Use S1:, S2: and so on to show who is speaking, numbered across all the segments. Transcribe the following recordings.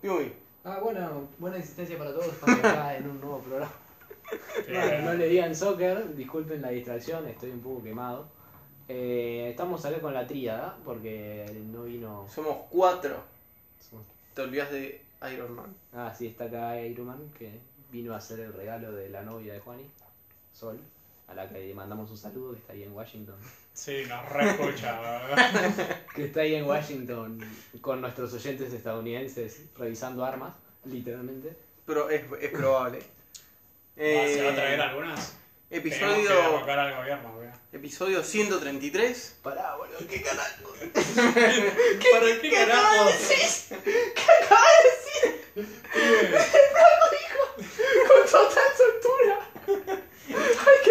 S1: Piuy.
S2: Ah, bueno, buena existencia para todos. Estamos acá en un nuevo programa.
S3: Eh,
S2: No, no le digan soccer, disculpen la distracción, estoy un poco quemado. Eh, estamos acá con la tríada, porque no vino.
S1: Somos cuatro. Te olvidas de Iron Man.
S2: Ah, sí, está acá Iron Man, que vino a hacer el regalo de la novia de Juani, Sol, a la que le mandamos un saludo, que está ahí en Washington.
S3: Sí, nos reescucha. ¿verdad?
S2: Que está ahí en Washington con nuestros oyentes estadounidenses revisando armas, literalmente.
S1: Pero es, es probable.
S3: Ah, ¿Se va a traer
S1: Eh,
S3: algunas? Tenemos que
S1: episodio,
S3: derrocar al gobierno, ¿verdad?
S1: episodio 133.
S2: Pará, boludo, qué carajo.
S3: ¿Para qué carajo?
S2: Con total soltura. Hay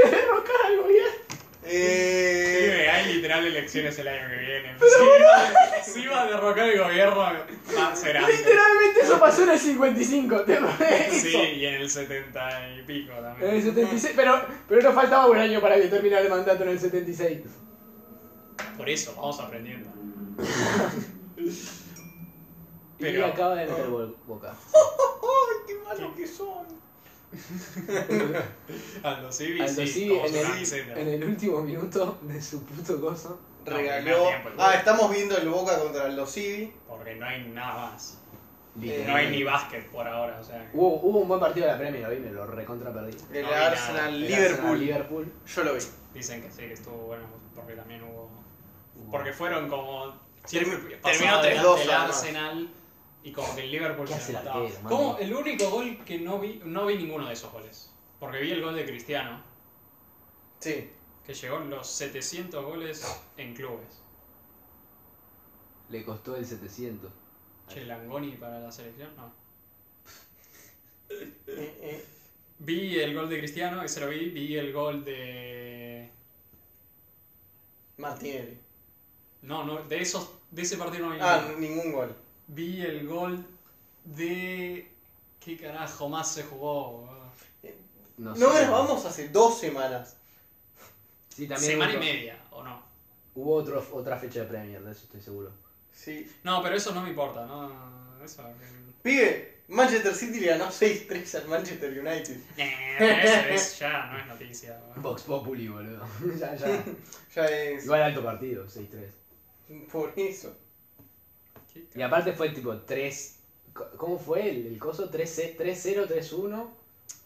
S2: que derrocar al gobierno.
S1: Eh,
S3: Pibe, hay literal elecciones el año que viene. Si va, si va a derrocar el gobierno, va a ser antes.
S2: Literalmente eso pasó en el 55, te prometo.
S3: Sí, y en el 70 y pico
S2: En el
S3: también.
S2: 76, pero, pero no faltaba un año para que terminara el mandato en el 76.
S3: Por eso, vamos aprendiendo.
S2: Y
S3: Pero- Oh.
S2: acaba de meter bo- boca.
S1: ¡Ay, qué malos que son!
S3: Aldo Civi,
S2: Aldo
S3: sí,
S2: Civi
S3: como
S2: en
S3: su
S2: el-
S3: camiseta.
S2: En el último minuto de su puto coso.
S3: No,
S1: Regaló.
S3: primer tiempo, el
S1: Ah,
S3: gol.
S1: estamos viendo el Boca contra el Losivi.
S3: Porque no hay nada más.
S1: Eh,
S3: No hay ni básquet por ahora, o sea.
S2: Hubo, hubo un buen partido de la Premier hoy, me lo recontra perdí.
S1: El
S3: No vi nada.
S1: Arsenal
S2: El Arsenal,
S1: Liverpool.
S2: Liverpool.
S1: Yo lo vi.
S3: Dicen que sí, que estuvo bueno, porque también hubo.
S2: Hubo-
S3: Porque fueron como.
S1: Termi- terminó
S3: pasaba
S1: 3-2
S3: adelante el
S1: además.
S3: Arsenal y como que el Liverpool
S2: ¿Qué hace
S3: se
S2: el
S3: lo mataba.
S2: arquero, mami?
S3: ¿Cómo? El único gol que no vi, no vi ninguno de esos goles. Porque vi el gol de Cristiano,
S1: Sí.
S3: que llegó en los 700 goles en clubes.
S2: Le costó el 700.
S3: Che, Langoni para la selección, no.
S1: Eh, eh.
S3: Vi el gol de Cristiano, ese lo vi, vi el gol de.
S1: Martinelli.
S3: No, no, de esos. De ese partido no vi
S1: Ah,
S3: ninguno.
S1: ningún gol.
S3: Vi el gol de. ¿Qué carajo más se jugó? boludo?
S2: No,
S1: No
S2: sé.
S1: grabamos hace dos semanas.
S2: Sí, también
S3: Semana y
S2: hubo,
S3: media, ¿o no?
S2: hubo otro- otra fecha de Premier, de eso estoy seguro.
S1: Sí.
S3: No, pero eso no me importa, no. Eso. que-
S1: Pibe, Manchester City le ganó 6-3 al Manchester United.
S3: Eh, eso es- ya no es noticia. ¿no?
S2: Vox Populi, boludo. ya, ya.
S1: Ya es.
S2: Igual alto partido, 6-3.
S1: Por eso.
S3: Qué
S2: Y
S3: ca-
S2: aparte fue tipo 3. ¿Cómo fue el, el coso? 3-0, 3-1,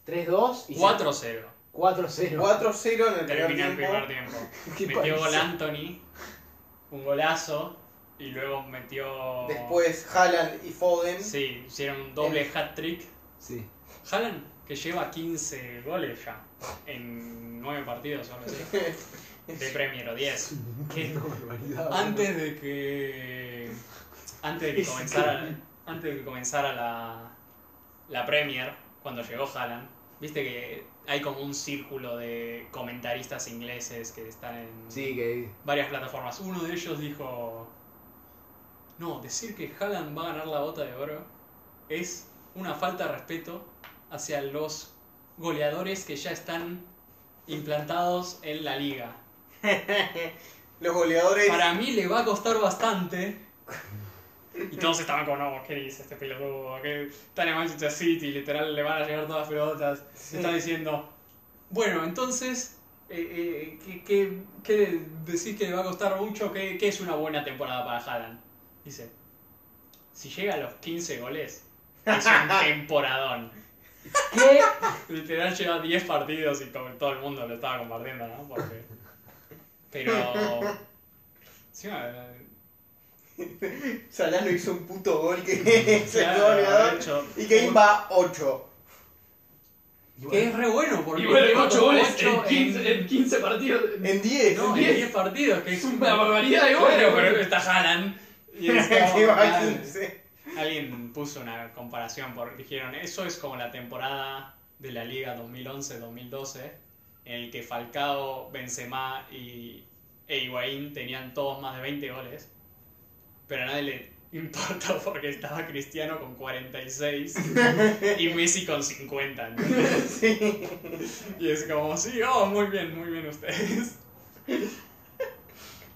S2: 3-2 y
S3: 4-0.
S2: 4-0.
S1: 4-0 en el primer
S3: Termina
S1: tiempo. pues.
S3: el primer tiempo.
S2: ¿Qué
S3: Metió gol
S2: pasa?
S3: Anthony, un golazo, y luego metió.
S1: Después Haaland y Foden.
S3: Sí, hicieron un doble hat trick.
S2: Sí.
S3: Haaland, que lleva 15 goles ya en 9 partidos, o algo así. De Premier o 10. Que
S2: Qué barbaridad,
S3: Antes de que. Antes de que comenzara. Antes de que comenzara la. La Premier, cuando llegó Haaland, viste que hay como un círculo de comentaristas ingleses que están en
S2: boludo. Sí, que.
S3: varias plataformas. Uno de ellos dijo. No, decir que Haaland va a ganar la bota de oro es una falta de respeto hacia los goleadores que ya están implantados en la liga.
S1: Los goleadores.
S3: Para mí le va a costar bastante. Y todos estaban como, no, ¿qué dice este pelotudo? Que está en el Manchester City, literal, le van a llegar todas las pelotas. Está diciendo, bueno, entonces, eh, eh, ¿qué, qué, qué decís que le va a costar mucho? ¿Qué, qué es una buena temporada para Haaland? Dice, si llega a los 15 goles, es un temporadón.
S2: ¿Qué?
S3: Literal lleva 10 partidos y como todo el mundo lo estaba compartiendo, ¿no? Porque... Pero... Encima, eh,
S1: Salah no hizo un puto gol que es el
S3: Claro,
S1: goleador.
S3: de hecho.
S1: Y Kane va 8.
S3: Que es re bueno porque
S4: Igual
S3: lleva
S4: ocho
S3: como
S4: goles
S3: ocho
S4: en 15, en 15 partidos.
S1: En 10.
S3: no, en 10 partidos, que es
S4: Una barbaridad de
S3: Claro,
S4: goles.
S3: pero Este, está Haaland. Y es como-
S1: que va
S3: claro.
S1: 15.
S3: Alguien puso una comparación, por, dijeron, eso es como la temporada de la Liga 2011-2012, en el que Falcao, Benzema y e Higuaín tenían todos más de 20 goles, pero a nadie le importó porque estaba Cristiano con 46 y Messi con 50. ¿entendés?
S1: Sí.
S3: Y es como, sí, oh, muy bien, muy bien ustedes.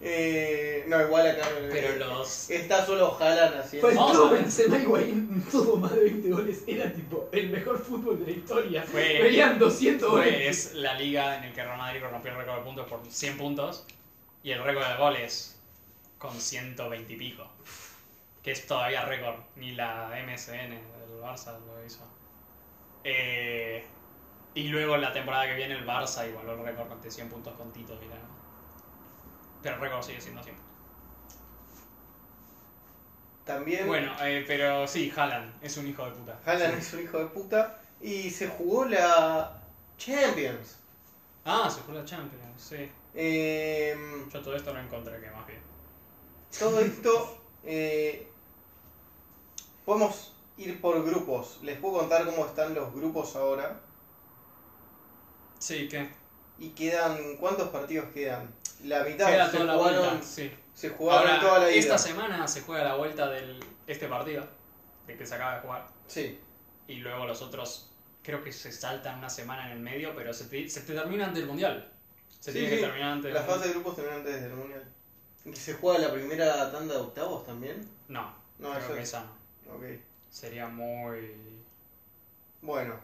S1: Eh, no, igual acá.
S3: Pero los.
S1: Está solo Haaland haciendo.
S4: Pues
S3: Vamos
S4: no,
S3: a ver.
S4: Benzema Higuaín tuvo más de 20 goles. Era tipo el mejor fútbol de la historia.
S3: Fue-
S4: Veían 200
S1: Pues,
S3: fue-
S4: goles.
S3: es la liga en el que Real Madrid rompió el récord de puntos por 100 puntos y el récord de goles con 120 y pico. Que es todavía récord, ni la MSN del Barça lo hizo. Eh, y luego en la temporada que viene el Barça igualó el récord con 100 puntos con Tito Vidal. Pero el récord sigue siendo 100 puntos.
S1: También.
S3: Bueno, eh, pero sí, Haaland es un hijo de puta.
S1: Haaland
S3: Sí.
S1: es un hijo de puta. Y se jugó la Champions.
S3: Ah, se fue la Champions, sí.
S1: Em,
S3: Yo todo esto no encontré, que más bien.
S1: todo esto. eh, podemos ir por grupos. Les puedo contar cómo están los grupos ahora.
S3: Sí, que
S1: Y quedan. ¿Cuántos partidos quedan? La mitad.
S3: queda
S1: se,
S3: toda la
S1: jugaron,
S3: vuelta. Sí.
S1: se jugaron
S3: Ahora,
S1: toda la ida.
S3: esta semana se juega la vuelta de este partido, de que se acaba de jugar,
S1: Sí.
S3: y luego los otros creo que se saltan una semana en el medio, pero se te, se te termina antes del Mundial. Se
S1: Sí,
S3: tiene
S1: sí.
S3: que terminar antes
S1: La
S3: del
S1: fase de grupos termina antes del Mundial. ¿Y se juega la primera tanda de octavos también?
S3: No,
S1: No,
S3: creo
S1: eso
S3: que esa no.
S1: Ok.
S3: Sería muy,
S1: Bueno.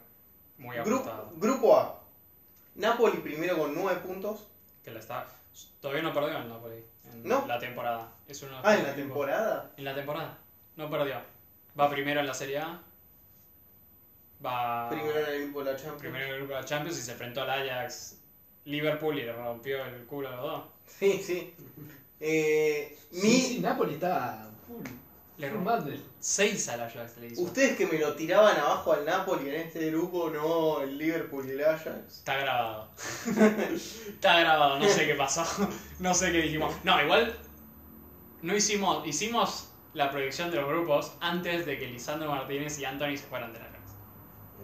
S3: muy
S1: Gru-
S3: ajustado.
S1: grupo A. Napoli primero con 9 puntos.
S3: Que la está... Todavía no perdió el Napoli en
S1: No.
S3: la temporada. Es uno de los
S1: Ah, en la
S3: equipos-
S1: temporada.
S3: En la temporada. No perdió. Va primero en la Serie A. Va
S1: Primero en el grupo de la Champions.
S3: primero en el grupo de la Champions y se enfrentó al Ajax Liverpool y le rompió el culo a los dos.
S1: Sí, sí. Eh, mi-
S4: Sí, sí, Napoli está full.
S3: Le
S4: full
S3: rompió
S4: Madness.
S3: 6 al Ajax le hizo.
S1: Ustedes que me lo tiraban abajo al Napoli en este grupo, no el Liverpool y el Ajax.
S3: Está grabado. Está grabado, no sé qué pasó. No sé qué dijimos. No, igual no hicimos hicimos la proyección de los grupos antes de que Lisandro Martínez y Anthony se fueran del Ajax.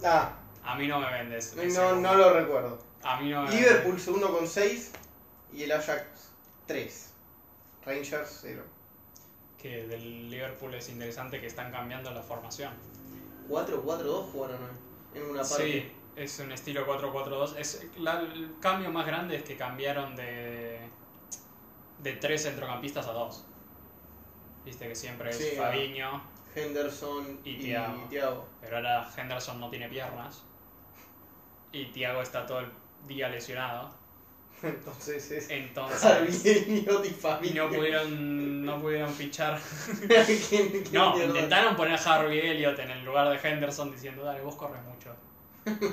S1: Ah,
S3: A mí no me vendes. ese
S1: no,
S3: grupo.
S1: no lo recuerdo.
S3: A mí no me
S1: Liverpool segundo con 6 y el Ajax 3. Rangers 0.
S3: que del Liverpool es interesante que están cambiando la formación.
S1: 4-4-2 jugaron hoy, en una parte.
S3: Sí, es un estilo 4-4-2. Es, la- el cambio más grande es que cambiaron de, de tres centrocampistas a dos. Viste que siempre es
S1: Sí, ah.
S3: Fabinho,
S1: Henderson
S3: Y
S1: y,
S3: Thiago.
S1: Thiago.
S3: pero ahora Henderson no tiene piernas. Y Thiago está todo el día lesionado.
S1: Entonces es
S3: Entonces
S1: Jarvinho Di
S3: y
S1: Fabinho.
S3: no pudieron, no pudieron fichar.
S1: ¿Quién- quién
S3: No,
S1: mierda?
S3: intentaron poner a Harvey Elliott en el lugar de Henderson diciendo, dale, vos corres mucho.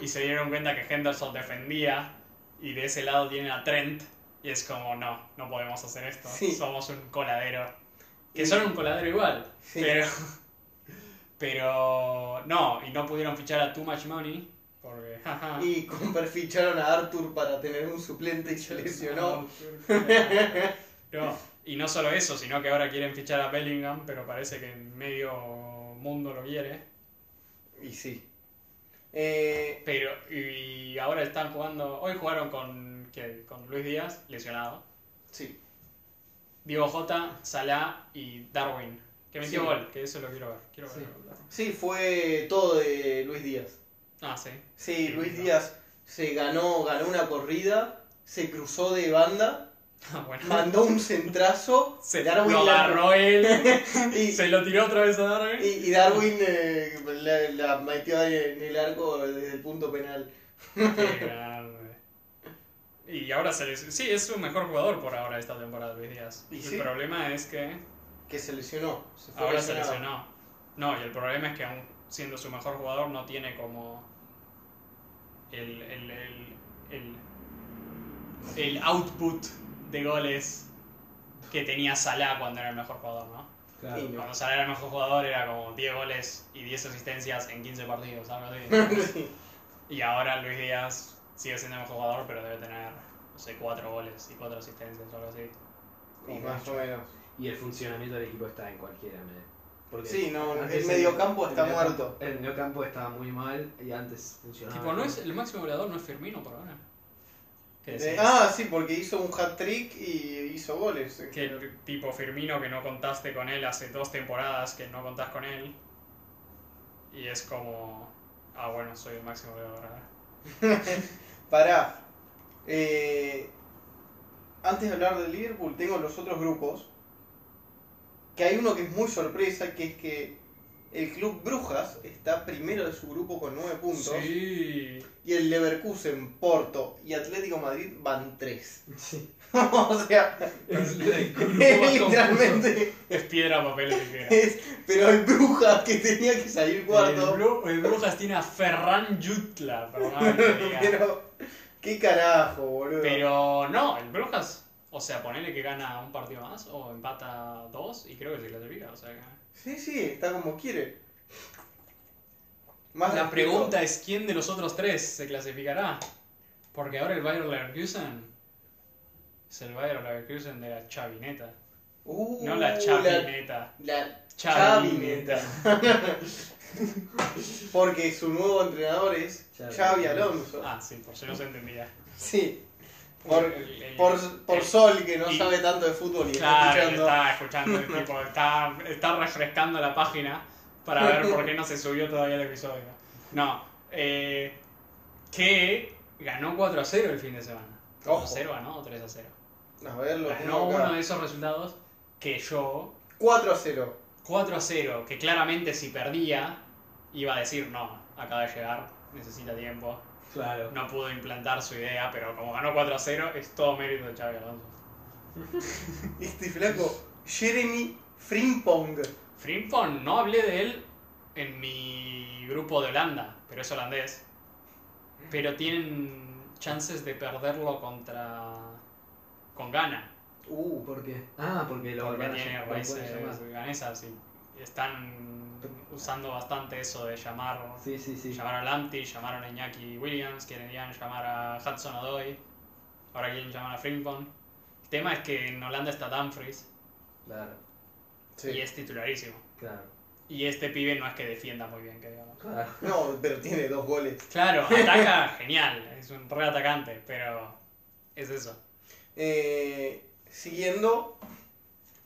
S3: Y se dieron cuenta que Henderson defendía y de ese lado tienen a Trent. Y es como, no, no podemos hacer esto.
S1: Sí.
S3: Somos un coladero. Que
S1: Y-
S3: son un coladero igual.
S1: Sí.
S3: Pero, pero no, y no pudieron fichar a Too Much Money. Porque, jaja.
S1: Y Comper ficharon a Arthur para tener un suplente y se lesionó.
S3: No, y no solo eso, sino que ahora quieren fichar a Bellingham, pero parece que medio mundo lo quiere.
S1: Y sí. Eh,
S3: Pero, y ahora están jugando. Hoy jugaron con, ¿quién? con Luis Díaz, lesionado.
S1: sí.
S3: Diego Jota, Salah y Darwin. Que metió
S1: Sí.
S3: gol, que eso lo quiero ver. Quiero ver.
S1: Sí, fue todo de Luis Díaz.
S3: Ah, sí.
S1: Sí, Luis Díaz se ganó, ganó una corrida, se cruzó de banda,
S3: Ah, bueno.
S1: mandó un centrazo,
S3: Se
S1: Darwin
S3: lo
S1: la-
S3: agarró él,
S1: y,
S3: se lo tiró otra vez a Darwin.
S1: y- y Darwin eh, la, la metió en el arco desde el punto penal.
S3: Qué grande. Y ahora se les... Sí, es su mejor jugador por ahora esta temporada, Luis Díaz.
S1: Y
S3: el
S1: sí.
S3: problema es que
S1: Que se lesionó. Se fue
S3: ahora se
S1: lesionado.
S3: lesionó. No, y el problema es que aún siendo su mejor jugador no tiene como el, el, el, el, el output de goles que tenía Salah cuando era el mejor jugador, ¿no?
S1: Y no.
S3: Cuando Salah era el mejor jugador era como 10 goles y 10 asistencias en 15 partidos, algo así.
S1: Sí.
S3: Y ahora Luis Díaz sigue siendo el mejor jugador, pero debe tener, no sé, cuatro goles y cuatro asistencias o algo así.
S1: Y más o menos.
S5: Y el funcionamiento del equipo está en cualquiera. me- Porque
S1: Sí, no, el
S5: antes
S1: mediocampo está
S5: mediocampo-
S1: muerto.
S5: El mediocampo estaba muy mal y antes funcionaba.
S3: tipo, ¿no es el máximo goleador no es Firmino por ahora? ¿Qué decís?
S1: Eh, ah, sí, porque hizo un hat trick y hizo goles.
S3: Que el tipo Firmino que no contaste con él hace dos temporadas, que no contás con él. Y es como, ah, bueno, soy el ¿eh? máximo goleador ahora.
S1: Pará. Eh, antes de hablar del Liverpool, tengo los otros grupos. Que hay uno que es muy sorpresa, que es que el club Brujas está primero de su grupo con 9 puntos.
S3: Sí.
S1: Y el Leverkusen, Porto y Atlético Madrid van 3. o sea,
S4: Es el grupo más
S1: es
S4: confuso.
S1: literalmente.
S3: Es piedra, papel o tijera.
S1: Es, pero el Brujas que tenía que salir
S3: El,
S1: cuarto.
S3: Bru- el Brujas tiene a Ferran Jutla, perdóname que diga.
S1: Pero, ¿qué carajo, boludo?
S3: Pero no, el Brujas, o sea, ponele que gana un partido más o empata dos y creo que se clasifica. O sea, que-
S1: Sí, sí, está como quiere. Más
S3: La
S1: respeto.
S3: pregunta es quién de los otros tres se clasificará. Porque ahora el Bayern Leverkusen es el Bayern Leverkusen de la chavineta.
S1: Uh,
S3: No la chavineta.
S1: La
S3: Chavineta.
S1: chavineta. Porque su nuevo entrenador es
S5: Xavi.
S1: Xavi Alonso.
S3: Ah, sí, por si no se entendía.
S1: Sí. Por,
S3: El- el-
S1: por, por
S3: el-
S1: Sol, que no
S3: Eh, y-
S1: sabe tanto de fútbol y está
S3: Claro,
S1: escuchando.
S3: estaba escuchando, el tipo, está, está refrescando la página para ver por qué no se subió todavía el episodio. No, eh, que ganó 4 a 0 el fin de semana. 4
S1: Ojo.
S3: a 0 ganó o 3 a 0.
S1: A ver, lo
S3: Ganó
S1: tengo acá.
S3: uno de esos resultados que yo,
S1: 4 a 0.
S3: 4 a 0, que claramente si perdía, iba a decir no, acaba de llegar, necesita tiempo.
S4: Claro.
S3: No pudo implantar su idea, pero como ganó 4 a 0, es todo mérito de Xavi Alonso.
S1: Este flaco, Jeremy Frimpong.
S3: Frimpong, no hablé de él en mi grupo de Holanda, pero es holandés. Pero tienen chances de perderlo contra. con Ghana.
S1: Uh,
S4: ¿Por qué? Ah, porque lo
S3: porque
S4: van a
S3: tiene
S4: llamar, lo
S3: pues,
S4: pueden
S3: raíces
S4: llamar.
S3: ganesas y están usando bastante eso de llamar.
S4: Sí, sí, sí.
S3: Llamaron a Lamptey, llamaron a Iñaki Williams, querían llamar a Hudson Odoi. Ahora quieren llamar a Frimpong. El tema es que en Holanda está Dumfries
S4: Claro,
S3: y
S1: sí.
S3: es titularísimo.
S4: claro.
S3: Y este pibe no es que defienda muy bien, que digamos.
S4: Claro.
S1: No, pero tiene dos goles.
S3: Claro, ataca genial, es un re atacante, pero es eso.
S1: Eh, siguiendo,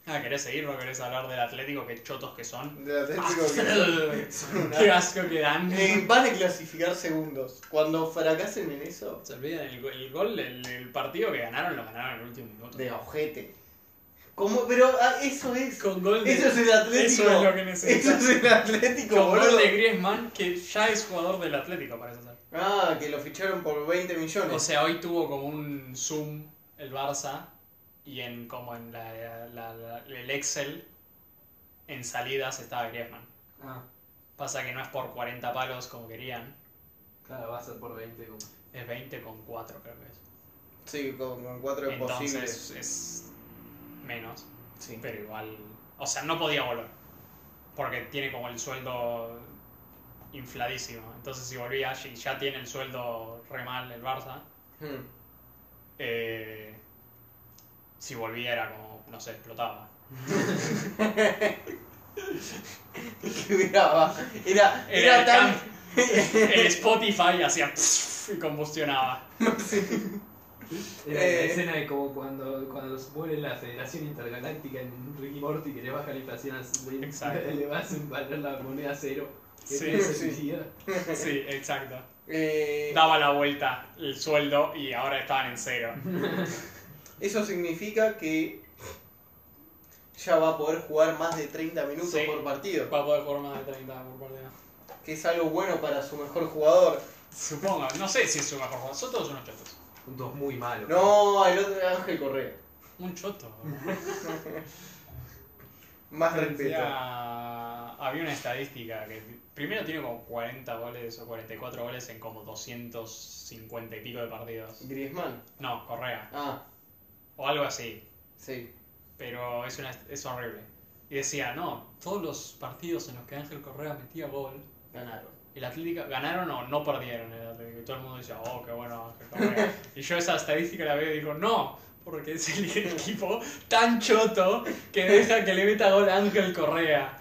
S3: Ah, ¿querés seguir? ¿No querés hablar del Atlético? Qué chotos que son.
S1: del Atlético que son una-
S3: Ah, Qué asco que dan.
S1: Eh, van a clasificar segundos. Cuando fracasen en eso,
S3: Se olvidan el, go- el gol, el, el partido que ganaron, lo ganaron en el último minuto.
S1: de ojete. ¿Cómo? Pero ah, eso es.
S3: Con gol de...
S1: Eso es el Atlético.
S3: Eso es lo que
S1: Eso
S3: necesitas.
S1: es el Atlético,
S3: Con
S1: boludo.
S3: gol de Griezmann, que ya es jugador del Atlético, parece ser.
S1: Ah, que lo ficharon por 20
S3: O
S1: millones.
S3: sea, hoy tuvo como un Zoom el Barça y en como en la- la- la- el Excel, en salidas estaba Griezmann.
S4: Ah,
S3: Pasa que no es por 40 palos como querían,
S4: claro, va a ser por 20 como.
S3: es 20 con 4 creo que es.
S1: Sí, con, con cuatro es posible.
S3: Entonces es menos,
S1: Sí.
S3: pero igual... O sea, no podía volver, porque tiene como el sueldo infladísimo. Entonces si volvía, y ya tiene el sueldo re mal el Barça,
S1: Hmm.
S3: eh, si volvía era como, no sé, explotaba.
S1: Que miraba. Era,
S3: Era
S1: era,
S3: el
S1: tan.
S3: cam- El Spotify hacía y combustionaba.
S4: Era
S1: Eh.
S4: la escena de como cuando, cuando se muere la Federación Intergaláctica en Ricky Morty que le baja la inflación a
S3: Exacto.
S4: le va a hacer valer la moneda a cero. Que
S3: Sí,
S4: tiene que
S1: sí.
S4: suicidar.
S3: Sí, exacto.
S1: Eh,
S3: Daba la vuelta el sueldo y ahora estaban en cero.
S1: eso significa que ya va a poder jugar más de 30 minutos
S3: Sí.
S1: por partido.
S3: Va a poder jugar más de 30 por partido.
S1: Que es algo bueno para su mejor jugador.
S3: Supongo, no sé si es su mejor jugador. Son todos unos chotos.
S4: Un dos muy malo.
S1: No, el otro era Ángel Correa.
S3: Un choto.
S1: Más respeto.
S3: Decía- había una estadística que primero tiene como 40 goles o 44 goles en como 250 y pico de partidos.
S1: Griezmann.
S3: No, Correa.
S1: Ah,
S3: O algo así.
S1: sí.
S3: pero es, una, es horrible. Y decía, no, todos los partidos en los que Ángel Correa metía gol,
S1: Ganaron.
S3: el Atlético ganaron o no perdieron el Atlético. Y todo el mundo decía, oh, qué bueno Ángel Correa. y yo esa estadística la veo y digo, no, porque es el equipo tan choto que deja que le meta gol a Ángel Correa.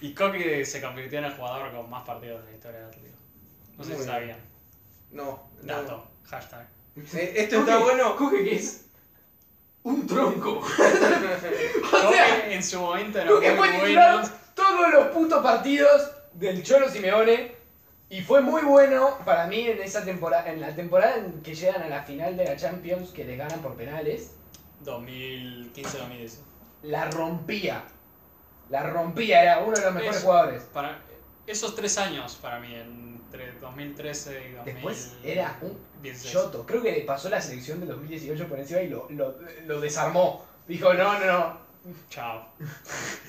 S3: Y Coque se convirtió en el jugador con más partidos de la historia del Atlético. No sé
S1: Muy
S3: si
S1: bien.
S3: sabían.
S1: No. no.
S3: Dato, hashtag.
S1: Eh, esto está bueno.
S4: Coge que es un tronco. o sea,
S3: Coque en su momento era
S4: Coge
S3: muy
S4: fue
S3: bueno.
S4: titular todos los putos partidos del Cholo Simeone
S2: Y fue muy bueno para mí en esa temporada, en la temporada en que llegan a la final de la Champions, que les ganan por penales,
S3: 2015-2010.
S2: la rompía. La rompía, era uno de los mejores
S3: Eso.
S2: jugadores.
S3: Para esos tres años para mí, entre 2013 y 2016.
S2: Después era un Choto, creo que pasó la selección del 2018 por encima y lo, lo, lo desarmó. Dijo, no, no, no.
S3: Chao.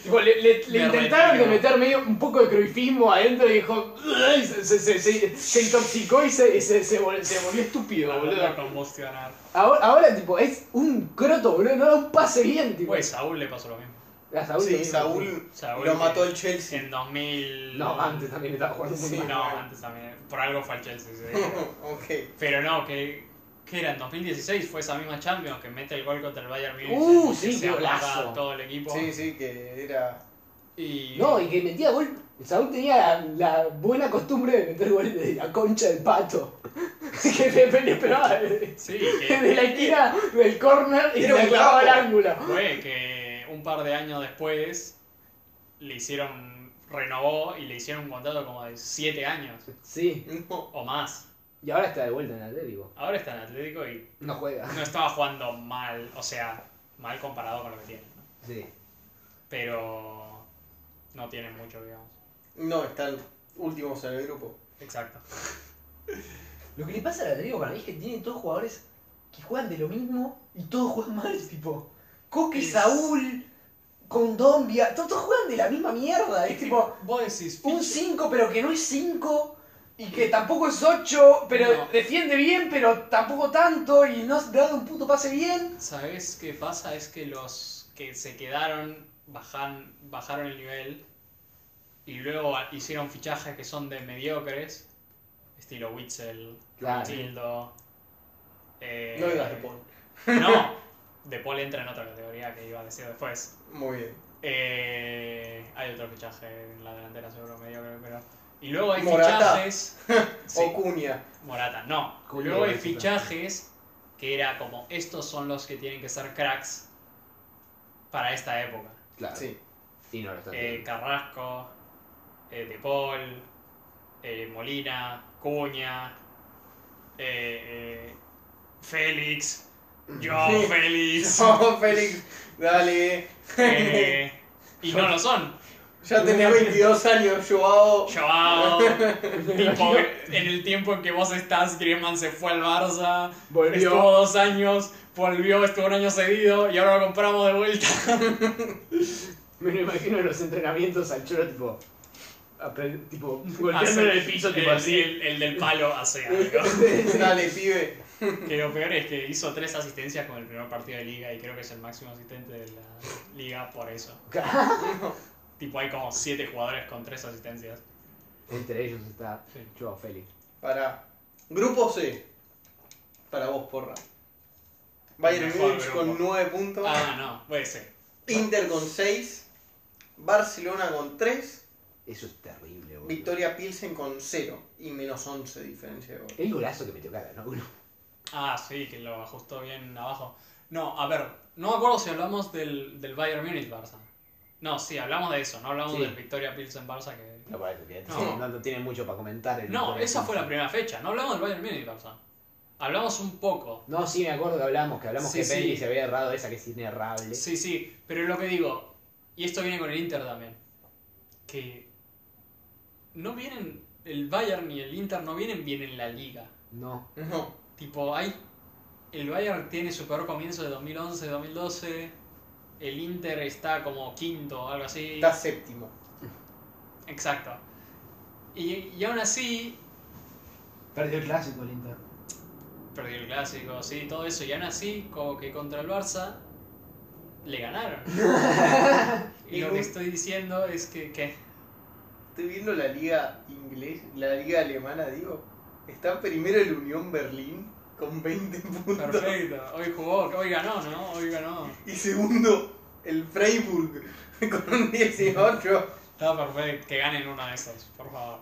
S2: Tipo, le le- le
S3: Me
S2: intentaron de
S3: retiro.
S2: meter medio un poco de croifismo adentro y dijo, "Ugh", y se, se, se, se- se intoxicó y se, se, se, vol- se volvió estúpido,
S3: Volver a
S2: boludo.
S3: convulsionar.
S2: Ahora, ahora, tipo, es un croto, boludo, no da un pase bien, tipo.
S3: Güey, Saúl le pasó lo mismo.
S2: A Saúl
S1: Sí,
S2: también, boludo.
S1: Saúl
S3: Pues, Saúl
S1: lo
S3: que-
S1: mató el Chelsea.
S3: En 2000.
S5: No, antes también estaba jugando muy
S1: Sí.
S5: mal.
S3: No, antes también. Por algo fue al Chelsea. sí.
S1: ok.
S3: Pero no, que, que era en 2016 fue esa misma Champions que mete el gol contra el Bayern Múnich.
S5: Uh,
S3: que
S5: sí,
S3: se
S5: golazo.
S3: aplasta todo el equipo.
S1: Sí, sí, que era.
S3: Y,
S2: No, y que metía gol. Saúl tenía la, la buena costumbre de meter goles de la concha del pato. que le, le pegaba de,
S3: Sí,
S2: de
S3: que,
S2: la esquina del corner y
S1: Era
S2: la
S1: un
S2: clavaba al
S1: capo.
S2: ángulo.
S3: fue que un par de años después le hicieron. renovó y le hicieron un contrato como de 7 años
S5: Sí,
S1: No.
S3: o más.
S5: y ahora está de vuelta en el Atlético.
S3: Ahora está en Atlético y
S5: No juega.
S3: no estaba jugando mal, o sea, mal comparado con lo que tiene. ¿no?
S5: Sí.
S3: Pero no tiene mucho, digamos.
S1: No, están últimos en el grupo.
S3: Exacto.
S2: Lo que le pasa al Atlético para mí es que tiene todos jugadores que juegan de lo mismo y todos juegan mal, tipo. Coque,
S3: Es-
S2: Saúl, Condombia, todos, todos juegan de la misma mierda. Es tipo
S3: Vos decís,
S2: un 5 pero que no es 5 y que tampoco es 8, pero
S3: No.
S2: defiende bien, pero tampoco tanto y no has dado un puto pase bien.
S3: ¿Sabes qué pasa? Es que los que se quedaron bajan, bajaron el nivel y luego a- hicieron fichajes que son de mediocres, estilo Witzel,
S5: Claro.
S3: Tildo. eh,
S1: No digas Paul.
S3: No, De Paul entra en otra categoría que iba a decir después.
S1: Muy bien.
S3: Eh, hay otro fichaje en la delantera, seguro mediocre, pero. Y luego hay
S1: Morata.
S3: fichajes. Sí.
S1: Ocuña.
S3: Morata, no.
S5: Cuña,
S3: Luego hay
S5: sí, claro.
S3: fichajes que era como estos son los que tienen que ser cracks para esta época.
S5: Claro.
S1: Sí.
S5: Y no lo está
S3: Eh,
S5: haciendo.
S3: Carrasco, eh, De Paul, eh, Molina, Cuña, eh, eh, Félix, Joao Félix.
S1: No, Oh, Félix, dale.
S3: eh, y no lo son.
S1: Ya tenés 22 años, Joao.
S3: Joao, tipo, en el tiempo en que vos estás, Griezmann se fue al Barça. Estuvo dos años, volvió, estuvo un año cedido y ahora lo compramos de vuelta.
S5: Me lo imagino en los entrenamientos al choro, tipo. apre- Tipo,
S3: Hace-
S5: golpeándole el piso, tipo
S3: el-
S5: así.
S3: El, el del palo hace algo.
S1: Dale, pibe.
S3: que lo peor es que hizo tres asistencias con el primer partido de liga y creo que es el máximo asistente de la liga por eso. Tipo, hay como siete jugadores con tres asistencias.
S5: Entre ellos está
S3: Sí.
S5: Joao Félix.
S1: Para. Grupo C. Para vos, porra. Bayern
S3: Mejor
S1: Múnich con
S3: grupo.
S1: 9 puntos.
S3: Ah, no, puede ser.
S1: Inter con 6. Barcelona con 3.
S5: Eso es terrible, boludo.
S1: Victoria Pilsen con 0. Y menos 11 de diferencia de gol.
S5: El golazo que metió cada ¿no? Uno.
S3: Ah, sí, que lo ajustó bien abajo. No, a ver, no me acuerdo si hablamos del, del Bayern Munich Barça. No, sí, hablamos de eso, no hablamos
S5: Sí.
S3: del Victoria Pilsen Barça que
S5: No, para eso, que
S3: No.
S5: no, no tiene mucho para comentar. el este.
S3: No,
S5: Victoria
S3: esa fue la
S5: Pilsen.
S3: primera fecha. No hablamos del Bayern Múnich, Barça. Hablamos un poco.
S5: No, sí, me acuerdo que hablamos, que hablamos
S3: Sí,
S5: que
S3: sí.
S5: Peli se había errado esa que es inerrable.
S3: Sí, sí, pero es lo que digo. Y esto viene con el Inter también. Que no vienen. El Bayern ni el Inter no vienen bien en la liga.
S5: No.
S1: No.
S3: Tipo, hay. El Bayern tiene su peor comienzo de 2011, 2012. El Inter está como quinto o algo así.
S1: Está séptimo.
S3: Exacto. Y, y aún así,
S2: Perdió el clásico el Inter.
S3: perdió el clásico, sí, todo eso, y aún así, como que contra el Barça, le ganaron. y lo que estoy diciendo es que, ¿qué?
S1: Estoy viendo la liga inglesa, la liga alemana, digo. Está primero el Unión Berlín con 20 puntos.
S3: Perfecto, hoy jugó, hoy ganó, ¿no? Hoy ganó.
S1: Y segundo, el Freiburg con 18.
S3: Está perfecto, que ganen uno de esos, por favor.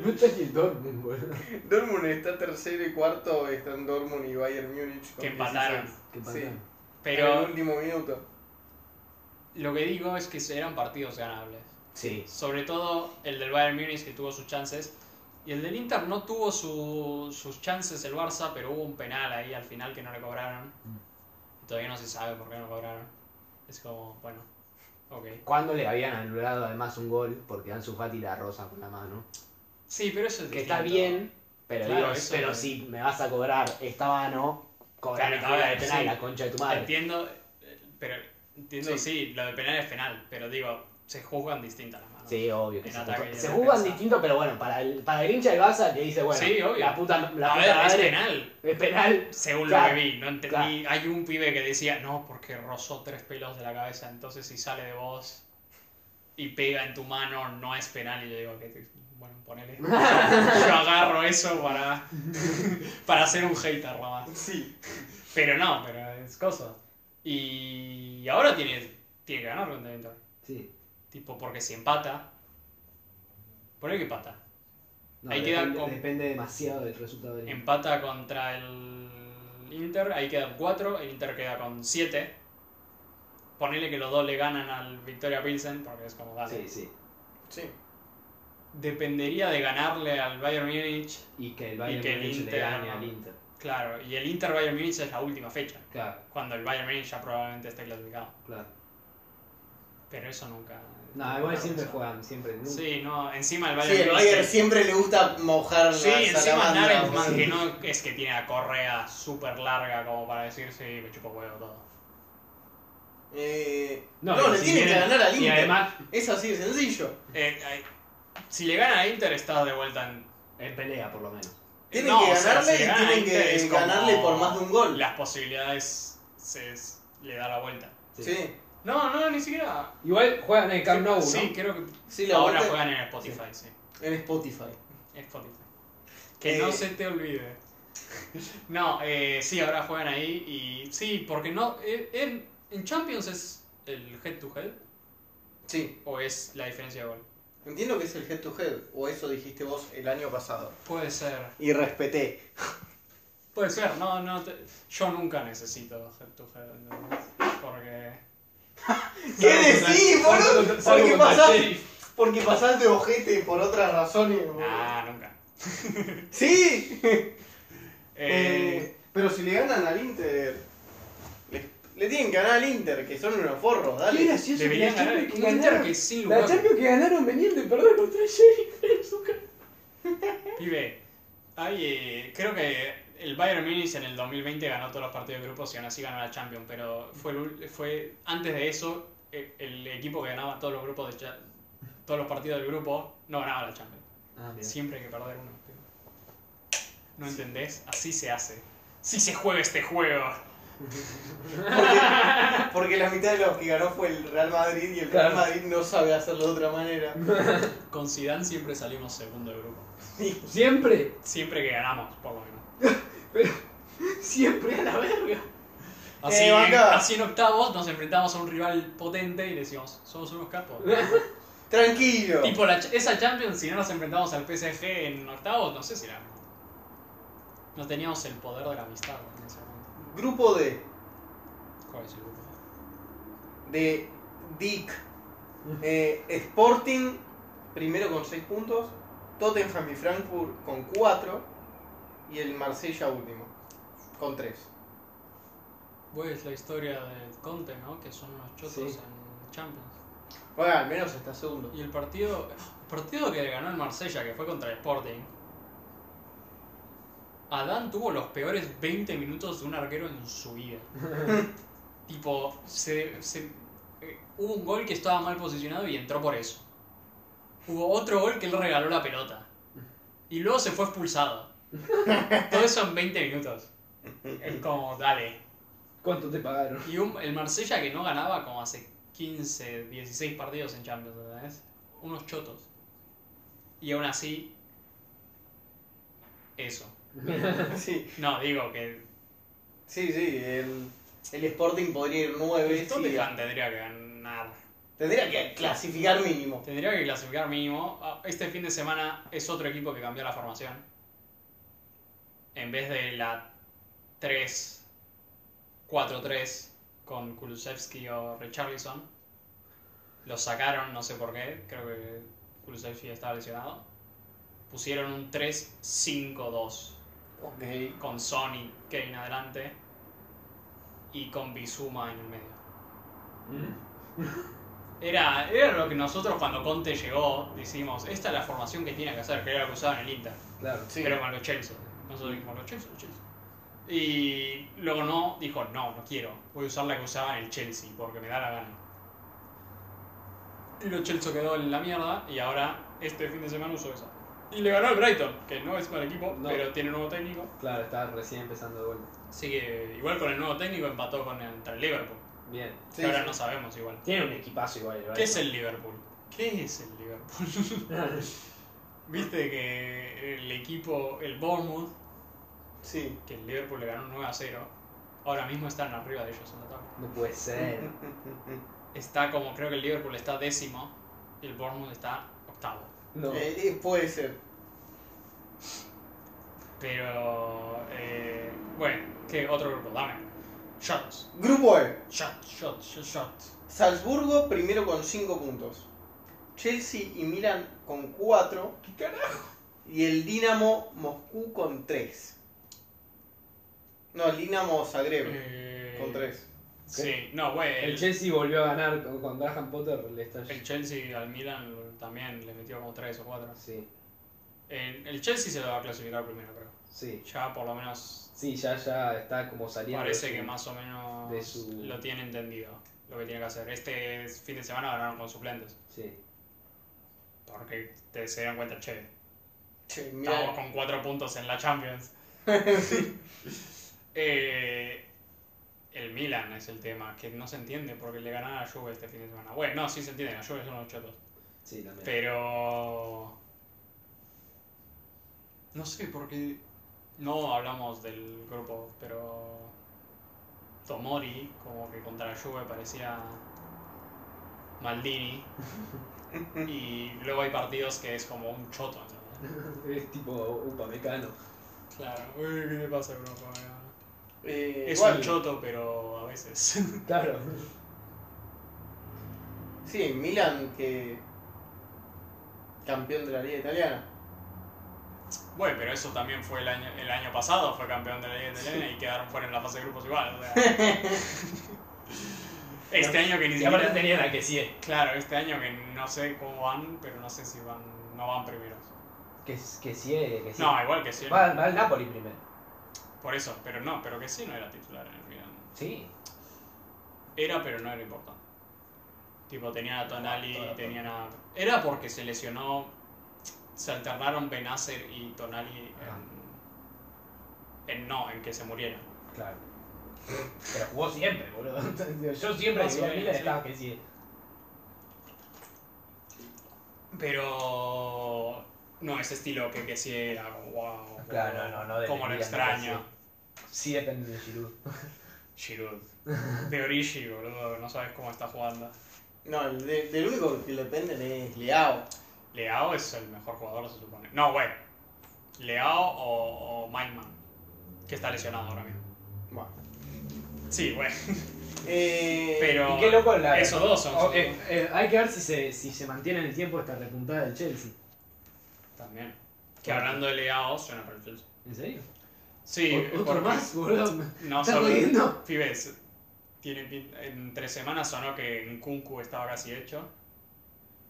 S5: No está ni el Dortmund, boludo.
S1: Dortmund está tercero y cuarto. Están Dortmund y Bayern Múnich. con
S3: Que empataron.
S1: 16.
S5: Qué
S1: Sí.
S5: patán.
S1: En el
S3: Pero
S1: último minuto.
S3: lo que digo es que eran partidos ganables.
S5: Sí.
S3: Sobre todo el del Bayern Múnich que tuvo sus chances. Y el del Inter no tuvo su- sus chances el Barça, pero hubo un penal ahí al final que no le cobraron.
S5: Mm.
S3: Y todavía no se sabe por qué no lo cobraron. Es como, bueno, ok.
S5: Cuando le habían anulado además un gol porque Ansu Fati la rosa con la mano.
S3: Sí, pero eso es
S5: Que está
S3: distinto.
S5: bien, pero
S3: Claro,
S5: digo,
S3: eso
S5: pero
S3: es-
S5: si me vas a cobrar esta mano, cobrame
S3: Claro, a
S5: la de
S3: ver,
S5: penal,
S3: sí.
S5: la concha de tu madre.
S3: Entiendo, eh, pero entiendo,
S1: Sí.
S3: sí. lo de penal es penal, pero digo, se juzgan distintas las manos.
S5: Sí, obvio que
S3: En
S5: se,
S3: ataque
S5: juzga-
S3: y en
S5: se juzgan
S3: defensa.
S5: distinto, pero bueno, para el, para el hincha del Barça que dice, bueno,
S3: Sí, obvio.
S5: la puta, la
S3: a
S5: puta
S3: ver, es
S5: madre,
S3: penal,
S5: es penal.
S3: según lo
S5: Claro,
S3: que vi. No entendí. Hay un pibe que decía, no, porque rozó tres pelos de la cabeza, entonces si sale de vos y pega en tu mano, no es penal. Y yo digo, que te- bueno, ponele. yo agarro eso para, para ser un hater nomás.
S1: Sí.
S3: Pero no, pero es cosa. Y ahora tiene, tiene que ganar contra el Inter.
S5: Sí.
S3: Tipo, porque si empata. Poner que empata.
S2: No,
S3: Ahí queda
S2: depende,
S3: con-
S2: depende demasiado del resultado del
S3: Empata contra el Inter, ahí quedan 4, el Inter queda con 7. Ponele que los dos le ganan al Victoria Pilsen, porque es como dale.
S2: Sí, sí.
S1: Sí.
S3: Dependería de ganarle al Bayern Múnich.
S4: Y que el Bayern
S3: que el
S4: Múnich le
S3: Inter-
S4: gane al Inter.
S3: Claro, y el Inter-Bayern Múnich es la última fecha,
S4: Claro,
S3: cuando el Bayern Múnich ya probablemente esté clasificado.
S4: claro.
S3: Pero eso nunca...
S4: No, igual
S3: nunca
S4: siempre
S3: pasa.
S4: juegan, siempre. nunca-
S3: Sí, no, encima el Bayern
S1: Sí, el
S3: Múnich
S1: Bayern
S3: es-
S1: siempre le gusta mojar
S3: Sí,
S1: la
S3: encima
S1: salamandra,
S3: Nagelsmann,
S1: sí.
S3: que no es que tiene la correa súper larga como para decir, sí, me chupo huevo todo.
S1: Eh,
S4: No,
S1: no,
S4: y
S1: le
S4: si
S1: tiene que
S4: viene-
S1: ganar al
S4: Y
S1: Inter.
S4: además,
S1: Es así de sencillo.
S3: Eh, eh, si le gana a Inter, estás de vuelta en.
S4: en pelea, por lo menos.
S1: Tienen
S3: No,
S1: que
S3: o sea,
S1: ganarle
S3: si le gana
S1: y
S3: a
S1: tienen
S3: Inter es
S1: que
S3: como-
S1: ganarle por más de un gol.
S3: Las posibilidades se s- le da la vuelta.
S1: Sí,
S3: No, no, ni siquiera.
S2: Igual juegan en el Camp Nou, ¿no?
S3: Sí, creo que.
S1: sí, la
S3: ahora
S1: vuelta
S3: juegan en Spotify, sí.
S1: en Spotify.
S3: Spotify. Que no
S1: Eh.
S3: se te olvide. No, eh, sí, ahora juegan ahí y. Sí, porque no. eh, en, en Champions es el head to head
S1: Sí,
S3: o es la diferencia de gol.
S1: entiendo que es el head to head, o eso dijiste vos el año pasado.
S3: Puede ser.
S1: Y respeté.
S3: Puede ser, no, no. te- yo nunca necesito head to head, ¿entendés? Porque.
S1: ¿Qué
S4: Salvo contra-
S1: decís,
S4: salvo
S1: boludo?
S4: contra- salvo
S1: Porque
S4: contra el
S1: pasás,
S4: Sheriff.
S1: porque pasás de ojete por otras razones. boludo.
S3: Ah, nunca.
S1: Sí.
S3: Eh,
S1: Eh, pero si le ganan al Inter, le, le tienen que ganar al Inter, que son unos forros,
S2: Qué
S1: dale.
S2: gracioso que
S3: deberían
S2: la
S3: ganar.
S2: Champions que
S3: Un Inter
S2: ganaron.
S3: que sin
S2: La
S3: lugar.
S2: Champions que ganaron veniendo y perdieron contra el Sheriff. Su cara.
S3: Pibe, hay, eh, creo que el Bayern Munich en el 2020 ganó todos los partidos de grupos y aún así ganó la Champions, pero fue, el ul- fue antes de eso eh, el equipo que ganaba todos los grupos de cha- todos los partidos del grupo no ganaba la Champions.
S4: Ah, mira.
S3: Siempre hay que perder uno. pibe. ¿No entendés? Así se hace. Si se juega este juego.
S1: Porque, porque la mitad de los que ganó fue el Real Madrid y el Real
S4: Claro.
S1: Madrid no sabe hacerlo de otra manera.
S3: Con Zidane siempre salimos segundo de grupo.
S2: Siempre,
S3: Siempre que ganamos, por lo menos.
S2: siempre a la verga.
S3: Así,
S1: Eh,
S3: en,
S1: banca.
S3: así en octavos nos enfrentamos a un rival potente y decimos, somos unos capos.
S1: Tranquilo.
S3: tipo, la, ch- esa Champions, si no nos enfrentamos al PSG en octavos, no sé si era. No teníamos el poder de la amistad en ese momento.
S1: Grupo D
S3: ¿Cuál es el grupo?
S1: de Dick. Eh, Sporting primero con 6 puntos, Tottenham y Frankfurt con 4 y el Marsella último con 3.
S3: Güey, es Pues la historia de Conte, ¿no? Que son unos chotos
S1: Sí.
S3: en Champions.
S1: Bueno, al menos está segundo.
S3: Y el partido, el partido que ganó el Marsella, que fue contra el Sporting. Adán tuvo los peores 20 minutos de un arquero en su vida. tipo, se, se- eh, hubo un gol que estaba mal posicionado y entró por eso. Hubo otro gol que él regaló la pelota. Y luego se fue expulsado. Todo eso en 20 minutos. Es como, dale.
S2: ¿Cuánto te pagaron?
S3: Y un- el Marsella que no ganaba como hace 15, 16 partidos en Champions, ¿entendés? Unos chotos. Y aún así. Eso.
S1: Sí,
S3: No, digo que.
S1: sí, sí. El, el Sporting podría ir 9.
S3: El Tottenham tendría que ganar.
S1: Tendría que clasificar mínimo.
S3: Tendría que clasificar mínimo. Ah, Este fin de semana es otro equipo que cambió la formación. En vez de la 3, 4-3 con Kulusevski o Richarlison, lo Lo sacaron, no sé por qué. Creo que Kulusevski estaba lesionado. Pusieron un 3-5-2
S1: Ok.
S3: con Sony, Kane adelante y con Bizuma en el medio. Era, era lo que nosotros cuando Conte llegó decimos, esta es la formación que tiene que hacer, que era lo que usaban en el Inter,
S4: Claro.
S1: Sí.
S3: pero con los Chelsea. Nosotros dijimos, los Chelsea, los Chelsea. Y luego no, dijo, no, no quiero, voy a usar la que usaba en el Chelsea porque me da la gana. Y los Chelsea quedó en la mierda y ahora este fin de semana usó esa. Y le ganó al Brighton, que no es mal equipo,
S4: No.
S3: pero tiene nuevo técnico.
S4: Claro, está recién empezando de vuelta.
S3: Así que igual con el nuevo técnico empató con el, contra el Liverpool.
S4: Bien.
S1: Sí,
S3: que ahora
S1: sí.
S3: no sabemos igual.
S2: Tiene un equipazo igual.
S3: ¿Qué es el Liverpool? ¿Qué es el Liverpool? Viste que el equipo, el Bournemouth,
S1: Sí.
S3: que el Liverpool le ganó 9 a 0, ahora mismo están arriba de ellos en la tabla.
S4: No puede ser.
S3: Está como, creo que el Liverpool está décimo y el Bournemouth está octavo.
S4: No.
S1: Eh, eh, puede ser.
S3: Pero, eh, bueno, ¿qué otro grupo? Dame. Shots,
S1: Grupo E.
S3: shots, shots, shots, shots.
S1: Salzburgo primero con 5 puntos. Chelsea y Milan con 4.
S4: ¿Qué carajo?
S1: Y el Dinamo Moscú con 3. No, el Dinamo Zagreb
S3: Eh,
S1: con 3.
S3: Sí, no, güey.
S4: El
S3: el-
S4: Chelsea volvió a ganar con, con Graham Potter. Le está...
S3: El Chelsea al Milan también le metió como 3 o 4.
S4: Sí,
S3: El, el Chelsea se lo va a clasificar primero, creo.
S4: sí.
S3: Ya por lo menos
S4: Sí, ya, ya está como saliendo.
S3: parece
S4: de su-
S3: que más o menos
S4: de su-
S3: lo tiene entendido lo que tiene que hacer. Este fin de semana ganaron con suplentes.
S4: Sí.
S3: Porque te se dieron cuenta, che,
S1: Che,
S3: estamos
S1: mirá.
S3: con 4 puntos en la Champions. Eh, el Milan es el tema, que no se entiende porque le ganaron a la Juve este fin de semana. Bueno, no, sí se entiende, la Juve son los chotos.
S4: Sí, también.
S3: Pero. No sé por qué. No hablamos del grupo, pero. Tomori, como que contra la Juve parecía. Maldini. y luego hay partidos que es como un choto, ¿entendés?
S4: Es tipo un pamecano.
S3: Claro, uy, ¿qué te pasa, Europa?
S1: Eh,
S3: Es
S1: bueno,
S3: un choto, pero a veces.
S4: Claro.
S1: Sí, Milan que. Campeón de la Liga Italiana.
S3: bueno, pero eso también fue el año, el año pasado, fue campeón de la Liga Italiana y quedaron fuera en la fase de grupos igual. o sea. este año que ni
S4: Y aparte
S3: siquiera.
S4: tenía la que sí es.
S3: Claro, este año que no sé cómo van, pero no sé si van, no van primeros.
S4: Que, que sí es. Que sí.
S3: No, igual que sí.
S4: Va, va al Napoli primero.
S3: Por eso, pero no, pero que sí no era titular en el final.
S4: Sí.
S3: Era, pero no era importante. Tipo, tenían a Tonali,
S4: Claro, claro.
S3: tenían a... Era porque se lesionó, se alternaron Benacer y Tonali en... en no, en que se murieron.
S4: Claro. Pero jugó siempre, boludo. Yo siempre
S3: Ah,
S4: que
S3: sí,
S4: iba al Milan
S3: sí.
S4: estaba que sí.
S3: Pero no ese estilo que, que sí era, como, wow,
S4: Ah, Claro, no, no, no, de
S3: como lo
S4: Milan,
S3: extraño.
S4: no, Sí depende de Giroud.
S3: Giroud. De Origi, boludo, no sabes cómo está jugando.
S1: No, el de- del único que le dependen es Leao.
S3: Leao es el mejor jugador, se supone. No, güey. Leao o, o Maitland, que está lesionado ahora mismo.
S1: Bueno.
S3: Sí, güey.
S1: Eh,
S3: Pero
S4: y qué loco la-
S3: esos dos son.
S4: Oh,
S3: son-
S4: eh,
S2: Eh, hay que ver si se, si se mantiene en el tiempo esta repuntada del Chelsea.
S3: También. Que hablando de Leao, suena para el Chelsea.
S2: ¿En serio?
S3: Sí,
S2: ¿Otro
S3: porque-
S2: más, boludo? ¿Me
S3: No,
S2: ¿Estás
S3: solo.
S2: jodiendo?
S3: Pibes, tiene pin- en tres semanas sonó que Nkunku estaba casi hecho.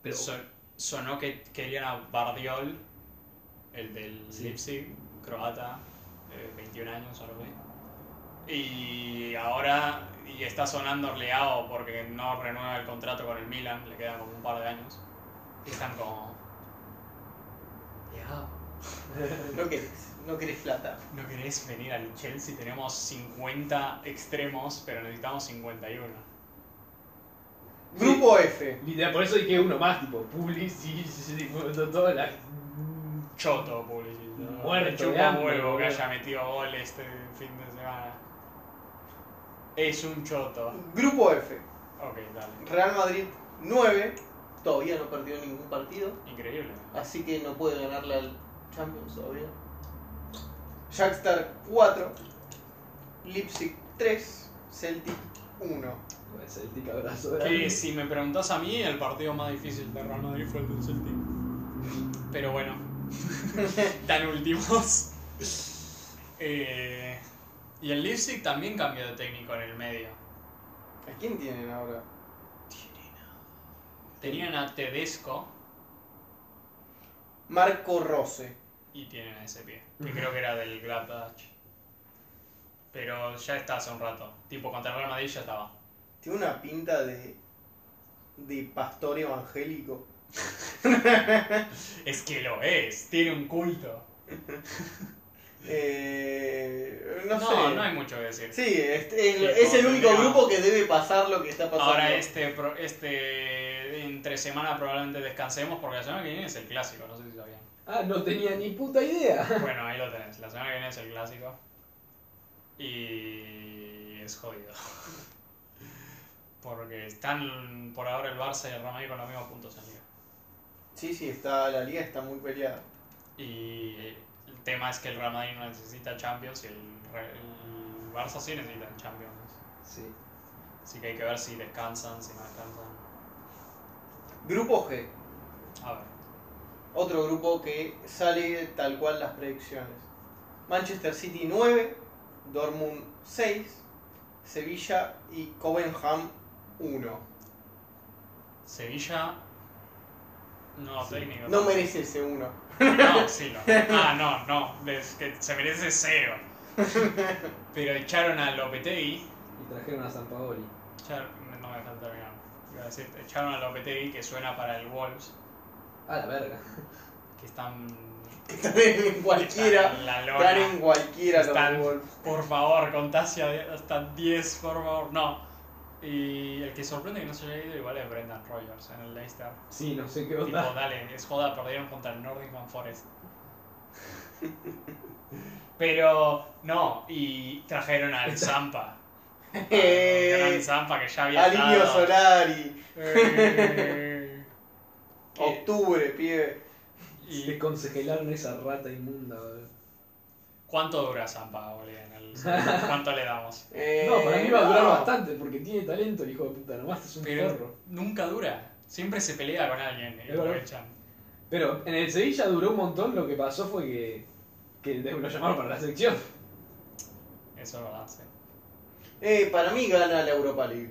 S2: Pero-
S3: Son- sonó que querían a Bardiol, el del
S2: Sí.
S3: Leipzig, croata, eh, 21 años o algo así. Y ahora y está sonando Leao porque no renueva el contrato con el Milan, le quedan como un par de años. Y están como... Leao,
S1: No querés, no querés plata.
S3: ¿no querés venir al Chelsea? Tenemos 50 extremos, pero necesitamos 51.
S1: Grupo F.
S4: Literal, por eso dije uno más, tipo, Pulisic, tipo, to- todas las...
S3: Choto, publicista.
S4: Muerto
S3: Me chupa
S4: de hambre,
S3: huevo que
S4: boludo.
S3: haya metido gol este fin de semana. Es un choto.
S1: Grupo F.
S3: Ok, dale.
S1: Real Madrid 9. Todavía no perdió ningún partido.
S3: Increíble.
S1: Así que no puede ganarle al Champions todavía. Jackstar 4. Leipzig 3. Celtic 1.
S4: Con el Celtic abrazo.
S3: Que si me preguntás a mí, el partido más difícil de Real Madrid fue el del Celtic. Pero bueno, tan últimos. Eh, y el Leipzig también cambió de técnico en el medio.
S1: ¿A quién tienen ahora?
S3: Tenían a Tedesco
S1: Marco Rose.
S3: y tienen a ese pie, que creo que era del Gladbach. Pero ya está hace un rato. Tipo, contra el Real Madrid ya estaba.
S1: Tiene una pinta de. de pastor evangélico.
S3: Es que lo es, tiene un culto.
S1: Eh, no,
S3: No, no,
S1: sé.
S3: hay mucho que decir.
S1: Sí, este- el-
S3: Sí,
S1: es el
S3: como
S1: único
S3: que no.
S1: grupo que debe pasar lo que está pasando.
S3: Ahora este, pro- este entre semana probablemente descansemos porque la semana que viene es el clásico, no sé si sabían.
S4: Ah, no tenía ni puta idea.
S3: Bueno, ahí lo tenés, la semana que viene es el clásico. Y es jodido. Porque están por ahora el Barça y el Real Madrid con los mismos puntos en liga.
S1: Sí, sí, está, la liga está muy peleada.
S3: Y el tema es que el Real Madrid no necesita Champions y el, Re- el Barça sí necesita Champions.
S4: Sí.
S3: Así que hay que ver si descansan, si no descansan.
S1: Grupo G.
S3: A ver.
S1: Otro grupo que sale tal cual las predicciones. Manchester City 9, Dortmund 6, Sevilla y Covenham 1.
S3: Sevilla. No, técnico.
S1: No merece ese 1.
S3: No, sí, no. Ah, no, no. Es que se merece cero. Pero echaron a Lopetegui.
S4: Y trajeron a San Paoli.
S3: echar- no me dejan terminar. Iba a decir, echaron a Lopetegui que suena para el Wolves.
S4: A la verga.
S3: Que están.
S1: en cualquiera.
S3: La lona.
S1: Están en cualquiera los
S3: Están-
S1: Wolves.
S3: Por favor, contase a- hasta 10, por favor. No. Y el que sorprende que no se haya ido igual es Brendan Rogers en el Leicester.
S4: Sí, no sé qué
S3: Tipo,
S4: onda.
S3: dale, es joda, perdieron contra el Nottingham Forest. Pero no, y trajeron al Zampa. Ah, Al gran Zampa que ya había
S1: Alinio
S3: estado.
S1: Solari.
S3: Eh,
S1: Oh,
S3: que-
S1: Octubre, pibe.
S3: y-
S4: Se congelaron esa rata inmunda, boludo.
S3: ¿Cuánto dura Zampa, boludo? en el- ¿Cuánto le damos?
S1: Eh,
S4: No, para mí va a durar
S1: no.
S4: bastante porque tiene talento el hijo de puta, nomás es un
S3: Pero
S4: forro.
S3: nunca dura. Siempre se pelea con alguien y
S4: Es verdad.
S3: aprovechan.
S4: Pero en el Sevilla duró un montón, lo que pasó fue que, que lo llamaron para la selección.
S3: Eso lo hace.
S1: Eh, para mí gana la Europa League.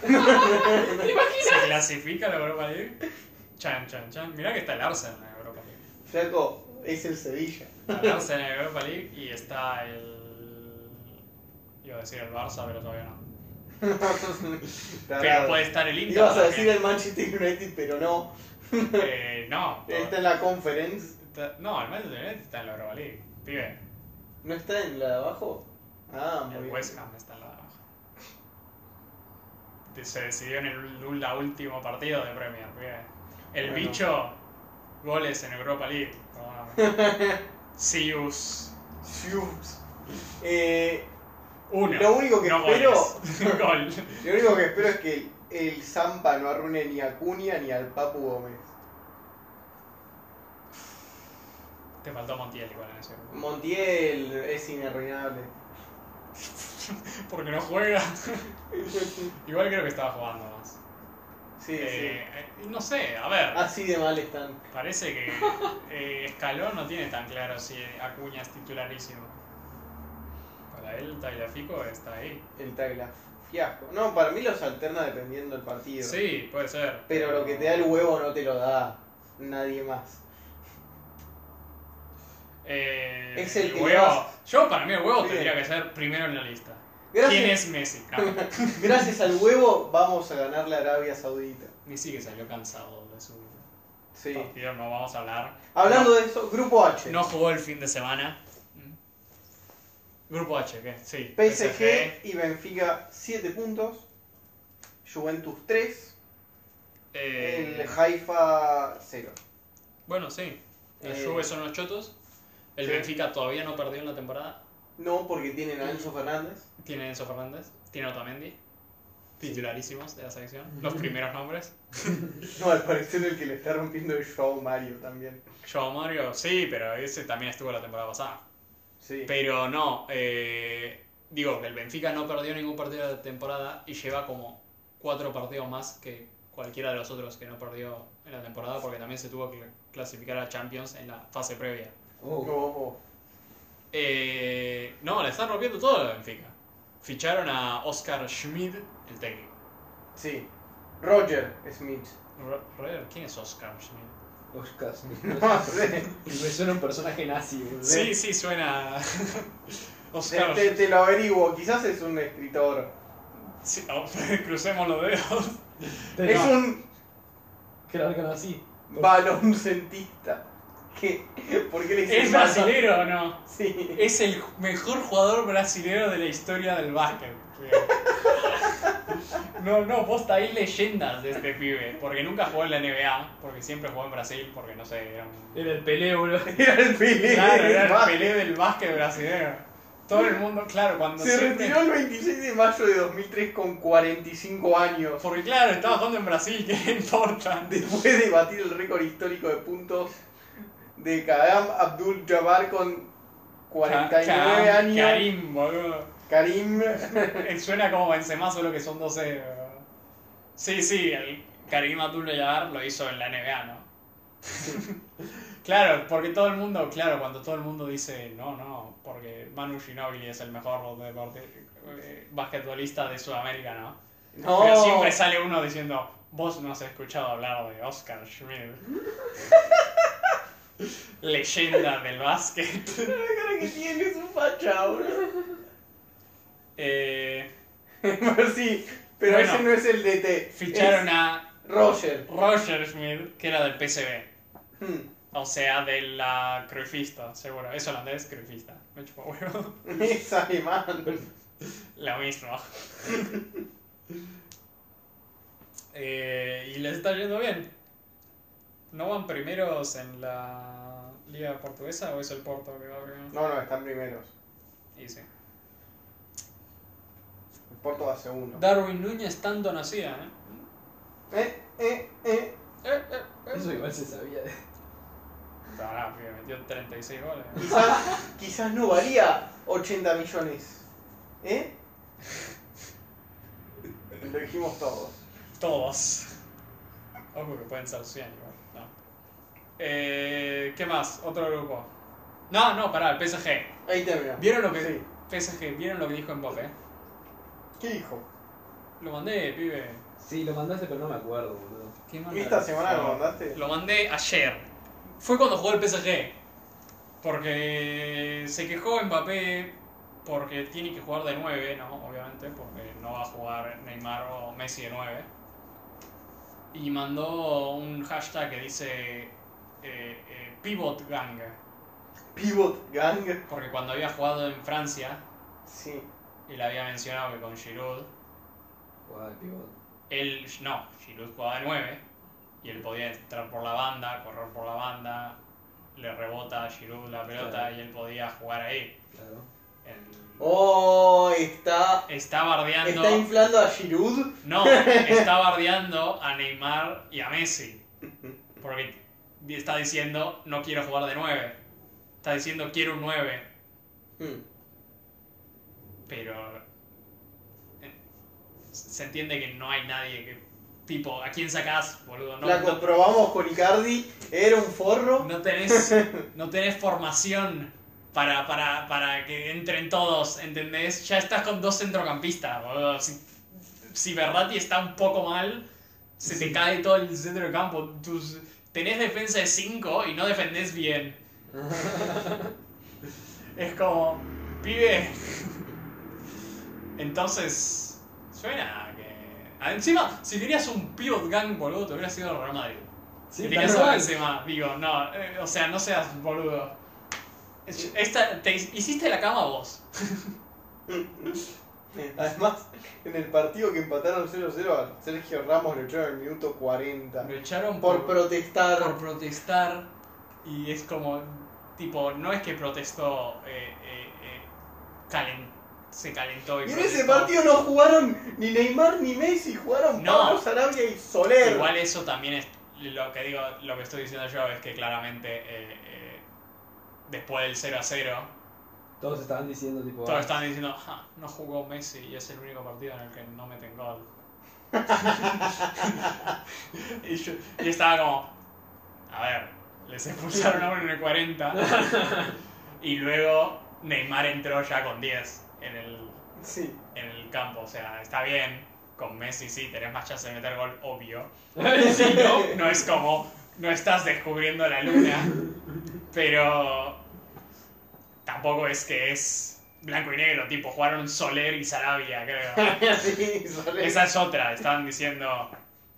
S3: ¿Se clasifica la Europa League? Chan, chan, chan. Mirá que está el Arsenal en la Europa League.
S1: Flaco, es el Sevilla.
S3: Está el Arsenal en Europa League y está el. Iba a decir el Barça, pero todavía no. Pero
S1: Tarado.
S3: puede estar el Inter.
S1: Ibas a decir
S3: también.
S1: el Manchester United, pero no.
S3: Eh, no.
S1: Está en la Conference.
S3: Está- No, el Manchester United está en la Europa League. Pibe,
S1: ¿No está en la de abajo? Ah, muy
S3: el
S1: bien.
S3: West Ham está en la de abajo. Se decidió en el la último partido de Premier, pibe. El
S1: Bueno.
S3: bicho, goles en Europa League. Perdóname. Sius.
S1: Fuchs. Eh,
S3: Uno.
S1: Lo único que
S3: no
S1: espero-
S3: goles. Gol.
S1: lo único que espero es que el, el Zampa no arruine ni a Cunha ni al Papu Gómez.
S3: Te faltó Montiel igual en ese grupo.
S1: Montiel es inarruinable.
S3: Porque no juega.
S1: sí,
S3: Igual creo que estaba jugando más.
S1: sí.
S3: Eh, eh, no sé, a ver,
S1: Así de mal están.
S3: parece que eh, Escalón no tiene tan claro si Acuña es titularísimo. Para él, Tagliafico está ahí.
S1: El tagla. Fiasco. No, para mí los alterna dependiendo del partido.
S3: Sí, puede ser.
S1: Pero lo que te da el huevo no te lo da nadie más.
S3: Eh,
S1: Es el que
S3: huevo.
S1: más-
S3: Yo, para mí, el huevo
S1: Bien.
S3: tendría que ser primero en la lista. ¿Quién
S1: Gracias,
S3: es Messi? No,
S1: gracias al huevo vamos a ganar la Arabia Saudita.
S3: Messi que salió cansado de su
S1: Sí.
S3: partido, no vamos a hablar.
S1: Hablando de eso, Grupo H.
S3: No jugó el fin de semana. Mm. Grupo H, ¿qué? Sí.
S1: PSG y Benfica 7 puntos. Juventus 3.
S3: eh,
S1: El Haifa 0.
S3: Bueno, sí. El
S1: Eh,
S3: Juve son los chotos. El
S1: sí.
S3: Benfica todavía no perdió en la temporada.
S1: No, porque tienen a Enzo Fernández.
S3: Tiene Enzo Fernández, tiene Otamendi. Titularísimos de la selección. Los primeros nombres.
S1: No, al parecer el que le está rompiendo es Joao Mario también.
S3: Joao Mario, sí, pero ese también estuvo la temporada pasada.
S1: Sí.
S3: Pero no, eh, digo, el Benfica no perdió ningún partido de la temporada y lleva como cuatro partidos más que cualquiera de los otros que no perdió en la temporada, porque también se tuvo que clasificar a Champions en la fase previa.
S4: Oh,
S1: Oh,
S3: Eh, no, le están rompiendo todo a la Benfica. Ficharon a Oscar Schmid, el técnico.
S1: oh. Sí. Roger Smith.
S3: Ro- Roger, ¿quién es Oscar Schmid?
S4: Oscar.
S1: No sé.
S2: Me suena un personaje nazi, boludo.
S3: Sí, sí, suena.
S1: Te,
S3: Oscar.
S1: te- te lo averiguo, quizás es un escritor.
S3: Sí, no, crucemos los dedos.
S2: Pero
S1: es
S2: no,
S1: un
S2: que lo reconocí.
S1: baloncentista. ¿Qué? ¿Por qué le dicen
S3: ¿Es ¿eh?
S1: balon-
S3: brasilero o no?
S1: Sí.
S3: Es el mejor jugador brasilero de la historia del básquet. creo. No, no, posta, hay leyendas de este pibe. Porque nunca jugó en la NBA, porque siempre jugó en Brasil, porque no sé, era un.
S4: Era el peleo, boludo.
S1: Era el Pelé.
S3: Claro,
S1: del
S3: era el
S1: básquet.
S3: Pelé del básquet brasilero. Todo el mundo, claro, cuando
S1: Se
S3: siempre-
S1: retiró el 26 de mayo de 2003 con 45 años.
S3: Porque claro, estaba jugando en Brasil, ¿qué le importa?
S1: Después de batir el récord histórico de puntos de Karam Abdul Jabbar con 49
S3: Ka-
S1: años.
S3: Karim, boludo.
S1: Karim.
S3: Eh, Suena como Benzema, solo que son 12. ¿verdad? Sí, sí, el Karim Abdul-Jabbar lo hizo en la NBA, ¿no? claro, porque todo el mundo, claro, cuando todo el mundo dice no, no, porque Manu Ginóbili es el mejor deporte- eh, basquetbolista de Sudamérica, ¿no?
S1: No.
S3: Pero siempre sale uno diciendo, vos no has escuchado hablar de Oscar Schmidt. Leyenda del básquet.
S1: La cara que tiene es un facha, boludo.
S3: Eh,
S1: Pero sí, pero
S3: Bueno.
S1: ese no es el DT.
S3: ficharon
S1: es
S3: a
S1: Roger.
S3: Roger Schmidt, que era del PSV.
S1: Hmm.
S3: O sea, de la Cruyffista, seguro. Es holandés, Cruyffista. Me chupa huevo.
S1: Es alemán.
S3: Lo mismo. Eh, y les está yendo bien. ¿No van primeros en la Liga Portuguesa o es el Porto que va primero?
S1: No, no, están primeros.
S3: Y sí.
S1: El Porto va segundo.
S3: Darwin Núñez tanto nacía, ¿eh?
S1: Eh, eh, eh.
S3: Eh, eh, eh.
S4: Eso igual se sabía. de-
S3: Pará, pibe, Ah, metió 36 goles.
S1: Quizás, quizás no valía 80 millones. ¿Eh? Lo dijimos todos.
S3: Todos. Ojo que pueden ser 100 igual. No. Eh, ¿Qué más? Otro grupo. No, no, pará, el PSG.
S1: Ahí termina.
S3: ¿Vieron lo que
S1: Sí.
S3: PSG, ¿vieron lo que dijo Mbappé?
S1: ¿Qué dijo?
S3: Lo mandé, pibe.
S4: Sí, lo mandaste, pero no me acuerdo, boludo.
S3: ¿Qué manda?
S1: ¿Esta semana lo
S3: No,
S1: mandaste?
S3: Lo mandé ayer. Fue cuando jugó el PSG. Porque se quejó Mbappé porque tiene que jugar de 9, ¿no? Obviamente, porque no va a jugar Neymar o Messi de 9. Y mandó un hashtag que dice eh, eh, Pivot Gang.
S1: Pivot Gang.
S3: Porque cuando había jugado en Francia,
S1: Sí.
S3: él había mencionado que con Giroud
S4: Jugaba de pivot.
S3: él no, Giroud jugaba de 9 y él podía entrar por la banda, correr por la banda, le rebota a Giroud la pelota
S4: Claro.
S3: y él podía jugar ahí.
S4: Claro.
S3: El-
S1: Oh, está.
S3: Está bardeando.
S1: Está inflando a Giroud.
S3: No, está bardeando a Neymar y a Messi. Porque está diciendo no quiero jugar de 9. Está diciendo quiero un 9.
S1: Hmm.
S3: Pero eh, se entiende que no hay nadie que. Tipo, ¿a quién sacás, boludo? No,
S1: la
S3: no-
S1: comprobamos con Icardi. Era un forro.
S3: No tenés, no tenés formación para, para, para que entren todos, ¿entendés? Ya estás con dos centrocampistas, boludo. Si, si Berratti está un poco mal, se te cae todo el centro de campo. Tus- tenés defensa de 5 y no defendés bien. es como, pibe. Entonces, suena que. ah, Encima, si querías un pivot gang, boludo, te hubiera sido el Real Madrid.
S2: Sí,
S3: Y te
S2: tal
S3: quedas
S2: cual.
S3: encima, digo, no, eh, o sea, no seas boludo. Es- Esta, te his- hiciste la cama vos.
S1: Además, en el partido que empataron 0-0, a Sergio Ramos le echaron en el minuto 40.
S3: Lo echaron
S1: Por protestar.
S3: por protestar y es como, tipo, no es que protestó, eh, eh, eh, calen- se calentó y
S1: Y en ese
S3: protestó.
S1: partido no jugaron ni Neymar ni Messi, jugaron
S3: No.
S1: Pablo Sarabia y Soler.
S3: Igual eso también es lo que digo, lo que estoy diciendo yo es que claramente eh, eh, después del 0 a 0
S4: Todos estaban diciendo, tipo.
S3: Todos
S4: ah,
S3: estaban diciendo, "Ja, no jugó Messi y es el único partido en el que no meten gol. Y, yo- y estaba como, a ver, les expulsaron a uno en el 40. y luego Neymar entró ya con 10 en el,
S1: Sí.
S3: en el campo. O sea, está bien, con Messi sí, tenés más chance de meter gol, obvio.
S4: sí, ¿no?
S3: No es como, no estás descubriendo la luna, pero tampoco es que es blanco y negro, tipo, jugaron Soler y Sarabia, creo.
S1: sí, sale.
S3: Esa es otra, estaban diciendo,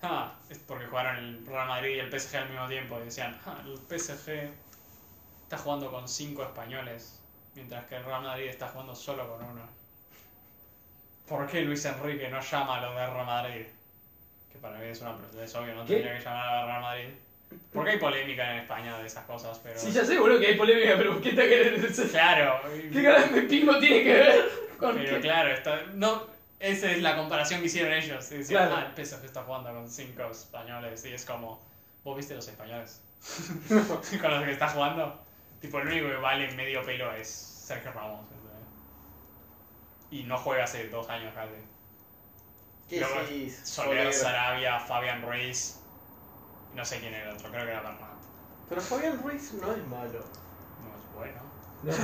S3: ah, es porque jugaron el Real Madrid y el PSG al mismo tiempo, y decían, ah, el PSG está jugando con cinco españoles, mientras que el Real Madrid está jugando solo con uno. ¿Por qué Luis Enrique no llama a los de Real Madrid? Que para mí es una es obvio, no
S4: ¿Qué?
S3: tendría que llamar a Real Madrid. Porque hay polémica en España de esas cosas, pero...
S4: Sí, ya sé, boludo, que hay polémica, pero ¿qué te querés?
S3: Claro.
S4: ¿Qué carajo de pingo tiene que ver con
S3: Pero
S4: qué?
S3: claro, está, no, esa es la comparación que hicieron ellos. Y decían,
S4: Claro.
S3: ah, el peso que está jugando con cinco españoles. Y es como, ¿vos viste los españoles? con los que está jugando. Tipo, el único que vale medio pelo es Sergio Ramos. ¿entendés? Y no juega hace dos años casi.
S1: ¿Qué
S3: Luego,
S1: sí,
S3: Soler,
S1: Soler.
S3: Sarabia, Fabián Ruiz. No sé quién era el otro, creo que era Bernat.
S1: Pero Fabián Ruiz no es malo.
S3: No es bueno.
S4: No.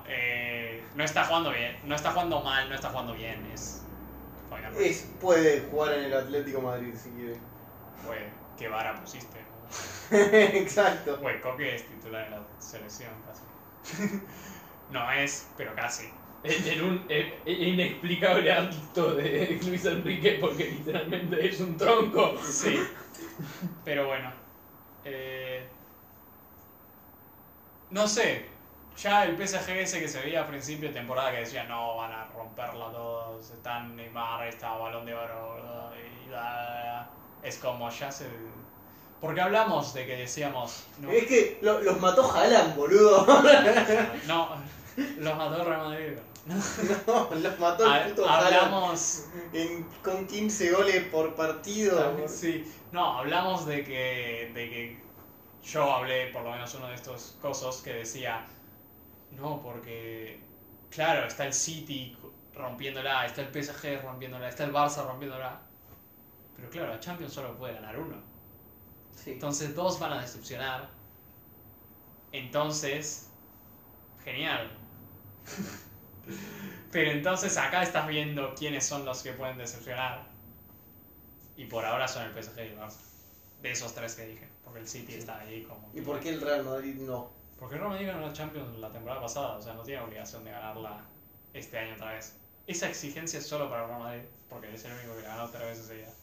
S3: No, eh, no está jugando bien. No está jugando mal, no está jugando bien. Es Fabián Ruiz.
S1: Es, puede jugar en el Atlético Madrid si quiere.
S3: Güey, qué vara pusiste.
S1: Exacto.
S3: Güey, Coque es titular en la selección casi. no es, pero casi.
S4: En, en un eh, eh, inexplicable acto de Luis Enrique, porque literalmente es un tronco.
S3: Sí. Pero bueno. Eh, no sé. Ya el PSG ese que se veía a principio de temporada que decía no, van a romperla todos, están Neymar, está Balón de Oro, bla, y bla, bla, bla. es como ya se... Porque hablamos de que decíamos... No,
S1: Es que lo- los mató Jalan, boludo.
S3: no los mató el Real Madrid.
S1: No, los mató
S3: Ha-
S1: el puto Haaland
S3: Ah, hablamos...
S1: en- con 15 goles por partido.
S3: También, Sí, no, hablamos de que, de que yo hablé por lo menos uno de estos cosos que decía, no, porque, claro, está el City rompiéndola, está el PSG rompiéndola, está el Barça rompiéndola, pero claro, la Champions solo puede ganar uno.
S1: Sí.
S3: Entonces dos van a decepcionar. Entonces, genial. Pero entonces acá estás viendo quiénes son los que pueden decepcionar. Y por ahora son el PSG y el Barça. De esos tres que dije. Porque el City está ahí como...
S1: ¿Y por qué el Real Madrid no?
S3: Porque el Real Madrid ganó la Champions la temporada pasada. O sea, no tiene obligación de ganarla este año otra vez. Esa exigencia es solo para el Real Madrid. Porque es el único que la ganó tres veces seguidas.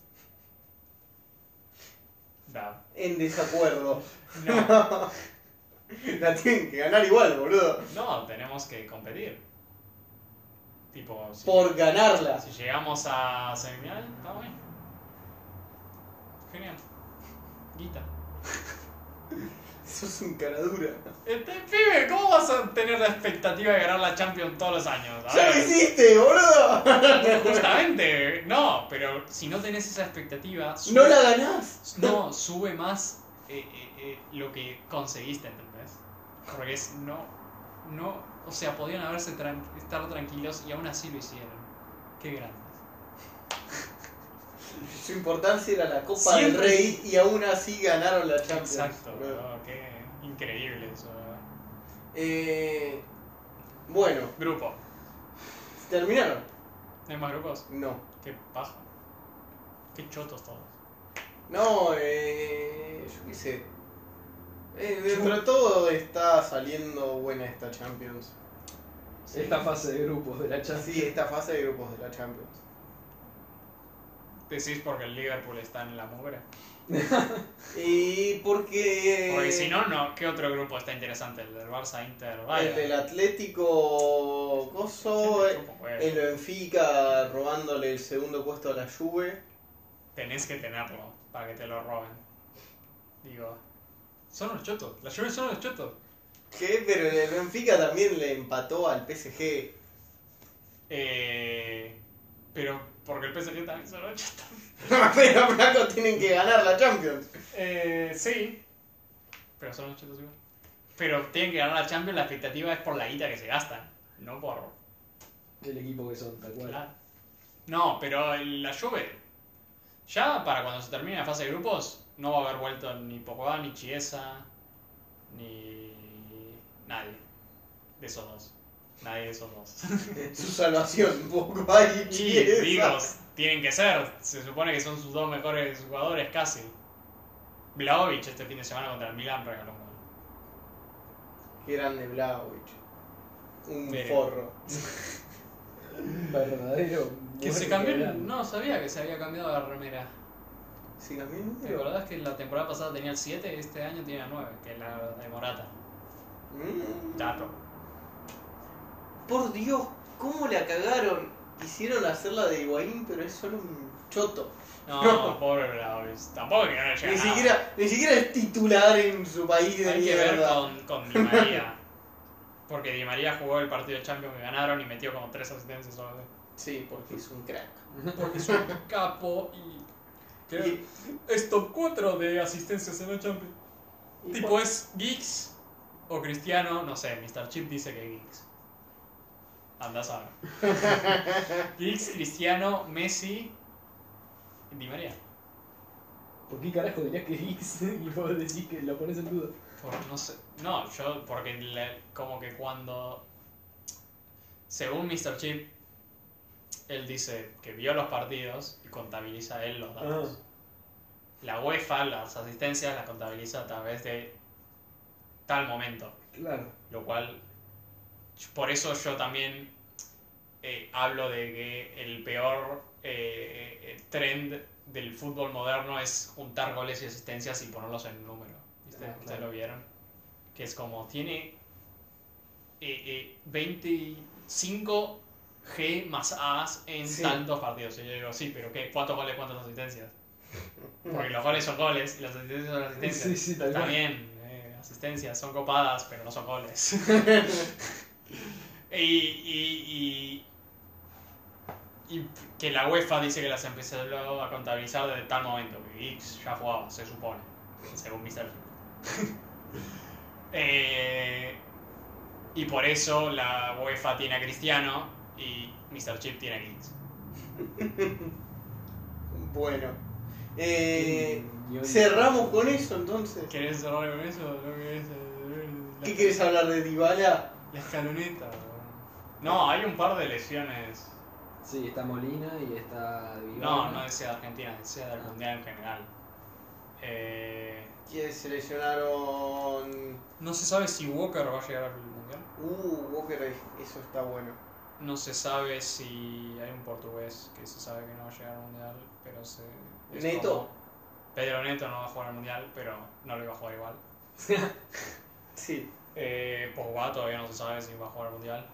S3: Da.
S1: En desacuerdo.
S3: No.
S1: La tienen que ganar igual, boludo.
S3: No, tenemos que competir. Tipo, si,
S1: Por ganarla.
S3: si llegamos a semifinal, está bueno. Genial. Guita.
S1: Sos un caradura.
S3: Este pibe, ¿cómo vas a tener la expectativa de ganar la Champions todos los años? A
S1: ¡Ya lo
S3: ver,
S1: hiciste, boludo!
S3: Justamente, no, pero si no tenés esa expectativa, sube,
S1: No la ganás.
S3: no, sube más eh, eh, eh, lo que conseguiste, ¿entendés? Porque es no, no, o sea, podían haberse tran- estar tranquilos y aún así lo hicieron. Qué grandes.
S1: Su importancia era la Copa del
S3: Siempre.
S1: Rey y aún así ganaron la Champions.
S3: Exacto,
S1: boludo.
S3: ¿no? qué increíble eso. ¿no?
S1: Eh, bueno,
S3: Grupo,
S1: ¿terminaron?
S3: ¿no hay más grupos?
S1: No.
S3: Qué paja. Qué chotos todos.
S1: No, eh, yo qué sé. Eh, dentro de todo está saliendo buena esta Champions.
S2: "Ah,
S4: Esta fase de grupos de la Champions.
S1: Sí, esta fase de grupos de la Champions.
S3: Decís porque el Liverpool está en la mugre.
S1: Y porque...
S3: Porque si no, no. ¿Qué otro grupo está interesante? El del Barça, Inter,
S1: Eh, El
S3: Bayern.
S1: del Atlético Coso,
S3: Sí,
S1: eh,
S3: chupa huevo.
S1: el Benfica robándole el segundo puesto a la Juve.
S3: Tenés que tenerlo para que te lo roben. Digo, son los chotos. Las lluvias son los chotos.
S1: ¿Qué? Pero el Benfica también le empató al PSG.
S3: Eh, pero porque el PSG también son los chotos.
S1: Pero Franco tienen que ganar la Champions.
S3: Eh, sí. Pero son los chetos igual. Pero tienen que ganar la Champions, la expectativa es por la guita que se gastan, no por
S2: Del equipo que son, tal cual.
S3: la- No, pero el- la Juve Ya para cuando se termine la fase de grupos, no va a haber vuelto ni Pogba, ni Chiesa, ni nadie de esos dos. Nadie de esos dos.
S1: Su salvación, Pogba y
S3: Y
S1: Chiesa.
S3: digo, tienen que ser. Se supone que son sus dos mejores jugadores casi. Blaovic este fin de semana contra el Milan regaló un gol.
S1: Qué grande Blaovic. Un
S3: Miren.
S1: forro.
S2: Verdadero.
S3: Que se
S2: muerto
S3: cambió
S2: de
S3: el...
S2: hambre.
S3: No, sabía que se había cambiado la remera.
S1: Sí, cambió el
S3: ¿Te
S1: número.
S3: acordás que la temporada pasada tenía el 7 y este año tiene la 9? Que es la de Morata.
S1: Mm.
S3: Dato.
S1: Por Dios, ¿cómo la cagaron? Quisieron hacerla de Higuaín, pero es solo un choto.
S3: No,
S1: No.
S3: pobre Blaovic. Tampoco que no llega
S1: Ni siquiera, ni siquiera es titular en su país de
S3: Hay que ver
S1: mierda.
S3: con, con Di María. Porque Di María jugó el partido de Champions que ganaron y metió como tres asistencias o algo.
S1: Sí, porque es un crack.
S3: Porque es un capo y.
S1: Y-
S3: Estos cuatro de asistencias en la Champions.
S1: y
S3: Tipo
S1: por-
S3: es Geeks o Cristiano, no sé, Mr. Chip dice que Geeks. Anda a saber. Geeks, Cristiano, Messi, y Di María.
S2: ¿Por qué carajo dirías que Higgs y vos decís que lo pones en duda?
S3: Por- no sé. No, yo, porque le- como que cuando. Según Mr. Chip, él dice que vio los partidos y contabiliza él los
S2: Ah.
S3: datos. La UEFA, las asistencias, las contabiliza a través de tal momento.
S2: Claro.
S3: Lo cual, por eso yo también eh, hablo de que el peor eh, eh, trend del fútbol moderno es juntar goles y asistencias y ponerlos en un número. ¿Viste?
S2: Ah,
S3: ¿Ustedes
S2: claro.
S3: lo vieron? Que es como tiene eh, eh, 25 G más A en
S1: Sí.
S3: tantos partidos. Y yo digo, sí, pero ¿qué? ¿Cuántos goles, cuántas asistencias? Porque los goles son goles y las asistencias son asistencias.
S2: Sí, sí, tal
S3: Está
S2: cual.
S3: bien, eh, asistencias son copadas, pero no son goles. y, y, y, y que la UEFA dice que las empezó luego a contabilizar desde tal momento, que X ya jugaba, se supone, según Mr. Chip. Eh, y por eso la UEFA tiene a Cristiano y Mr. Chip tiene a Giggs.
S1: Bueno. Eh,
S2: Y hoy-
S1: cerramos con eso entonces.
S3: ¿Querés cerrar con eso? ¿No querés, eh, la-
S1: ¿Qué quieres hablar de Dybala?
S3: La escaloneta. No, hay un par de lesiones.
S5: Sí, está Molina y está Dybala.
S3: No, no decía de Argentina, decía del Mundial en general. Eh,
S1: Que seleccionaron.
S3: no se sabe si Walker va a llegar al Mundial.
S1: Uh, Walker, eso está bueno.
S3: No se sabe si hay un portugués que se sabe que no va a llegar al Mundial, pero se... es
S1: Neto.
S3: como- Pedro Neto no va a jugar al Mundial, pero no lo iba a jugar igual.
S1: Sí.
S3: Eh, Pogba todavía no se sabe si va a jugar al Mundial.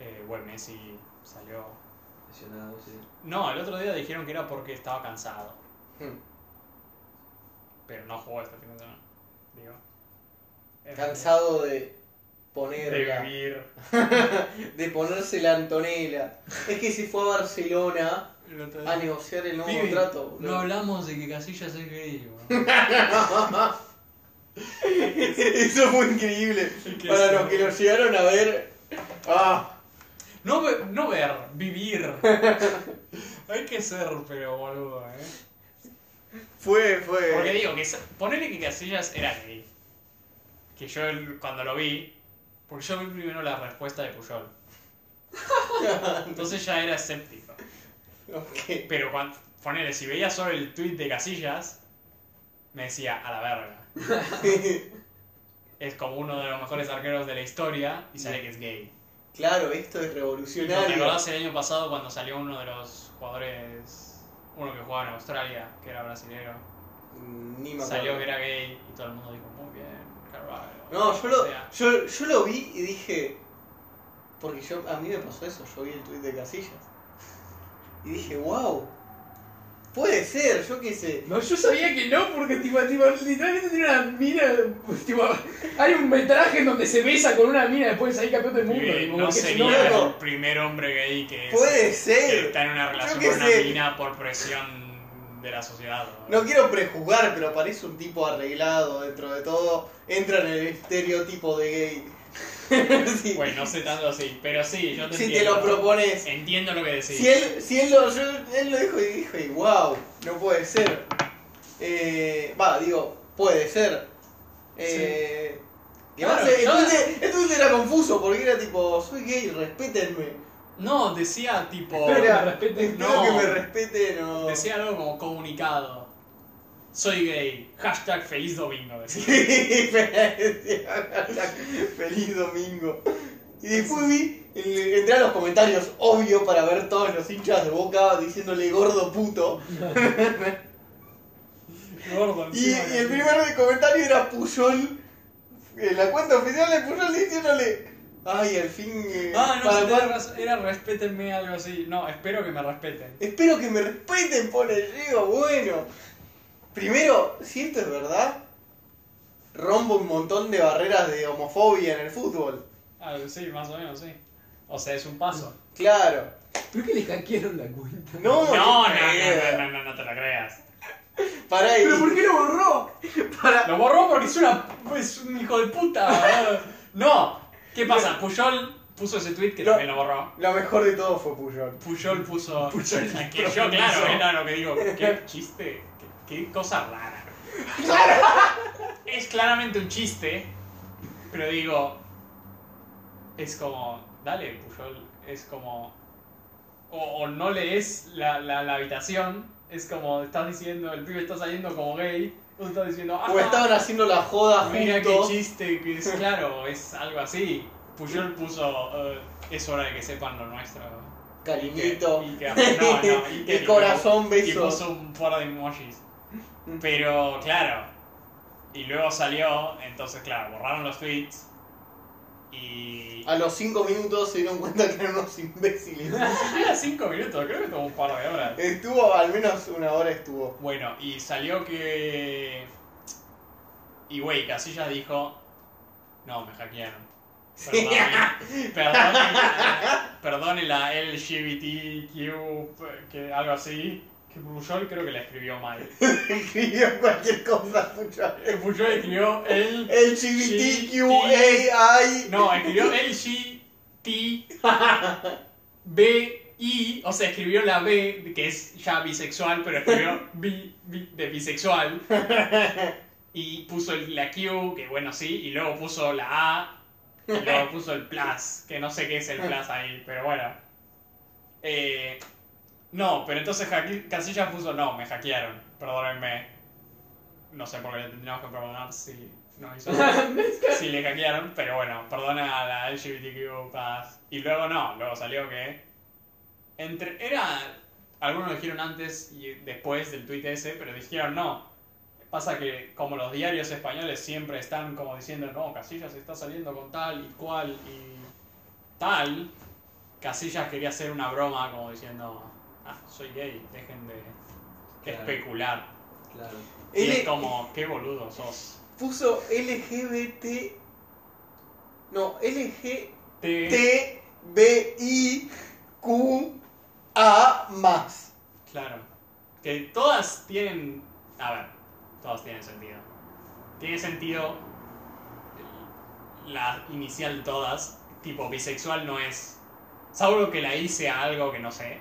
S3: Eh, bueno, Messi salió...
S5: Lesionado, sí.
S3: No, el otro día dijeron que era porque estaba cansado.
S1: Hmm.
S3: pero no jugó este fin de semana. Digo. Es
S1: Cansado de
S3: De
S1: ponerla.
S3: vivir.
S1: De ponerse la Antonella. Es que se fue a Barcelona a negociar el nuevo
S3: Pibe,
S1: Ah, contrato. boludo.
S3: hablamos de que Casillas es gay,
S1: Eso fue increíble.
S3: que
S1: Para
S3: sí.
S1: los que lo llegaron a ver. Ah,
S3: no, ve- no ver, vivir. Hay que ser, pero boludo, eh.
S1: fue,
S3: Porque
S1: fue.
S3: digo, que sa- ponele que Casillas era gay. Que yo el- cuando lo vi, porque yo vi primero la respuesta de Puyol. Entonces ya era escéptico.
S1: Ok.
S3: Pero cuando, ponele, si veía solo el tweet de Casillas, me decía, a la verga. es como uno de los mejores arqueros de la historia y sale que es gay.
S1: claro, esto es
S3: ¿Te
S1: revolucionario.
S3: acordás el año pasado cuando salió uno de los jugadores, uno que jugaba en Australia, que era brasilero?
S1: Ni me acuerdo.
S3: Salió que era gay y todo el mundo dijo, muy bien, Carvalho.
S1: No, yo
S3: O
S1: lo,
S3: sea,
S1: yo, yo lo vi y dije. Porque yo, a mí me pasó eso, yo vi el tweet de Casillas. Y dije, wow. Puede ser, yo qué sé.
S2: No, yo sabía que no, porque tipo, tipo, literalmente tiene una mina. pues, tipo, hay un metraje en donde se besa con una mina después de salir campeón del mundo.
S3: y
S2: tipo,
S3: no
S2: porque si
S3: sería
S1: no,
S3: el
S1: no.
S3: primer hombre gay que, es-
S1: Puede
S3: que
S1: ser.
S3: está en una relación
S1: qué
S3: con una
S1: sé.
S3: mina por presión de la sociedad.
S1: No quiero prejuzgar, pero parece un tipo arreglado dentro de todo. Entra en el estereotipo de gay. Sí.
S3: Bueno, no sé tanto así, pero sí, yo te
S1: si te
S3: entiendo.
S1: lo propones.
S3: Entiendo lo que decís.
S1: Si él, si él lo, yo- él lo dijo y dijo, y wow, no puede ser. Eh, Va, digo, puede ser. Eh, y además,
S3: Claro,
S1: eh,
S3: yo-
S1: el Twitter- el Twitter era confuso porque era tipo, soy gay, respétenme.
S3: No, decía tipo.
S1: Espera,
S4: respete-
S1: espero
S3: no.
S1: que me respeten o...
S3: Decía algo como comunicado. Soy gay. Hashtag feliz domingo. Decía.
S1: Feliz domingo. Y después vi, eh, entré a los comentarios, obvio, para ver todos los hinchas de boca diciéndole gordo puto.
S3: Gordo,
S1: Y,
S3: encima,
S1: y el
S3: ¿no?
S1: primer comentario era Puyol, en la cuenta oficial de Puyol diciéndole, ay, al fin... eh,
S3: Ah, no,
S1: para
S3: sí,
S1: cuándo-
S3: tenés razón, era respétenme algo así. No, espero que me respeten.
S1: Espero que me respeten, pone Diego. Bueno, primero, si esto es verdad, rompo un montón de barreras de homofobia en el fútbol.
S3: Ah, sí, más o menos, sí. O sea, es un paso.
S1: Claro.
S2: ¿Pero qué le hackearon la cuenta?
S1: No,
S3: No, no, no, no,
S1: eh,
S3: no, no, no te la creas.
S1: Pará ahí.
S2: ¿Pero por qué lo borró?
S1: Pará.
S3: Lo borró porque es una. es un hijo de puta. boludo. No. ¿Qué pasa? Puyol puso ese tweet que
S1: No.
S3: también lo borró.
S1: Lo mejor de todo fue Puyol.
S3: Puyol puso.
S2: Puyol
S3: que yo, claro, era lo que digo. Qué chiste. Qué, qué cosa rara. es claramente un chiste, pero digo. Es como. Dale, Puyol. Es como. O, o no lees la, la, la habitación. Es como. Estás diciendo. El pibe está saliendo como gay. Tú estás diciendo.
S1: O
S3: "Ajá,
S1: estaban haciendo la joda
S3: Mira qué
S1: juntos.
S3: chiste que es, claro, es algo así. Puyol puso, eh, es hora de que sepan lo nuestro.
S1: Cariñito.
S3: Y que, y que- no, no, y que-
S1: Y corazón,
S3: Y
S1: beso.
S3: puso un par de emojis. Mm. Pero, claro, y luego salió, entonces, claro, borraron los tweets. Y...
S1: A los 5 minutos se dieron cuenta que eran unos imbéciles.
S3: Ni siquiera cinco minutos, creo que tomó un par de horas.
S1: Estuvo, al menos una hora estuvo.
S3: Bueno, y salió que... Y güey, Casillas dijo... No, me hackearon. Perdón, perdón, perdone la LGBTQ, que algo así. Que Pujol creo que la escribió mal.
S1: Escribió cualquier cosa, Puyol.
S3: Eh, Pujol escribió el...
S1: LGBTQAI.
S3: No, escribió LGTBI. O sea, escribió la B, que es ya bisexual, pero escribió bi, bi- de bisexual. Y puso el- la Q, que bueno, sí. Y luego puso la A. Y luego puso el plus, que no sé qué es el plus ahí, pero bueno. Eh, no, pero entonces hacke- Casillas puso, no, me hackearon, perdónenme. No sé por qué le tendríamos que perdonar si no hizo nada. si le hackearon, pero bueno, perdona a la LGBTQ+. Y luego no, luego salió que... Entre, era... Algunos lo dijeron antes y después del tweet ese, pero dijeron no. Pasa que como los diarios españoles siempre están como diciendo, no, Casillas está saliendo con tal y cual y tal, Casillas quería hacer una broma como diciendo, ah, soy gay, dejen de, de
S5: Claro.
S3: especular.
S5: Claro.
S3: Y
S1: L-
S3: es como, qué boludo sos.
S1: puso LGBT. No,
S3: Te-
S1: LGTBIQA más.
S3: Claro. Que todas tienen. A ver, todas tienen sentido. Tiene sentido la inicial todas. Tipo, bisexual no es. Salvo que la I sea algo que no sé.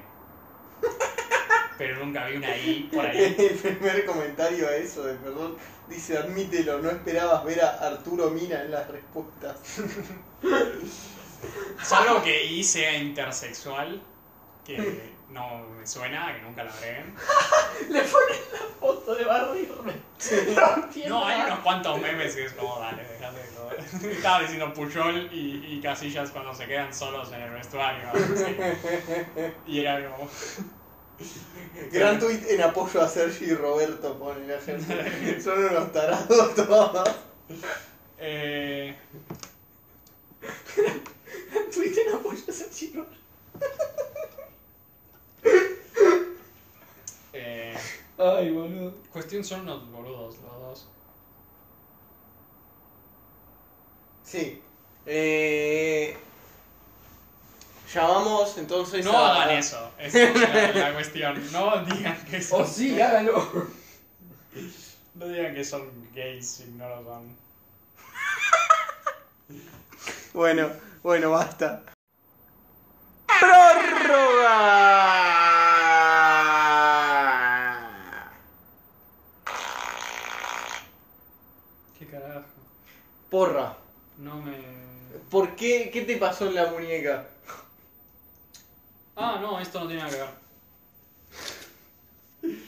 S3: Pero nunca vi una I por ahí.
S1: El primer comentario a eso de perdón dice: admítelo, no esperabas ver a Arturo Mina en las respuestas.
S3: Salvo que I sea intersexual. Que no me suena, que nunca la agreguen.
S2: Le ponen la foto de Barry Rompiendo.
S3: No, hay unos cuantos memes que es como, dale, déjate de joder. Estaba diciendo Puyol y, y Casillas cuando se quedan solos en el vestuario. así. Y era como...
S1: Gran tweet en apoyo a Sergi y Roberto, pone la gente. Son unos tarados todos.
S3: Eh,
S2: Tuviste un apoyo a ese chico.
S3: eh,
S2: Ay, boludo.
S3: cuestión son unos boludos los dos.
S1: Sí. Eh, Ya vamos entonces
S3: No
S1: a-
S3: hagan eso, esa es la, la cuestión. No digan que
S5: O
S2: Oh,
S3: son,
S5: Oh, sí, hágalo.
S3: no digan que son gays si no lo son.
S1: Bueno, bueno, basta. ¡Prórroga!
S3: ¿Qué carajo?
S1: Porra,
S3: No me...
S1: ¿por qué? ¿Qué te pasó en la muñeca?
S3: Ah, no, esto no tiene nada que ver.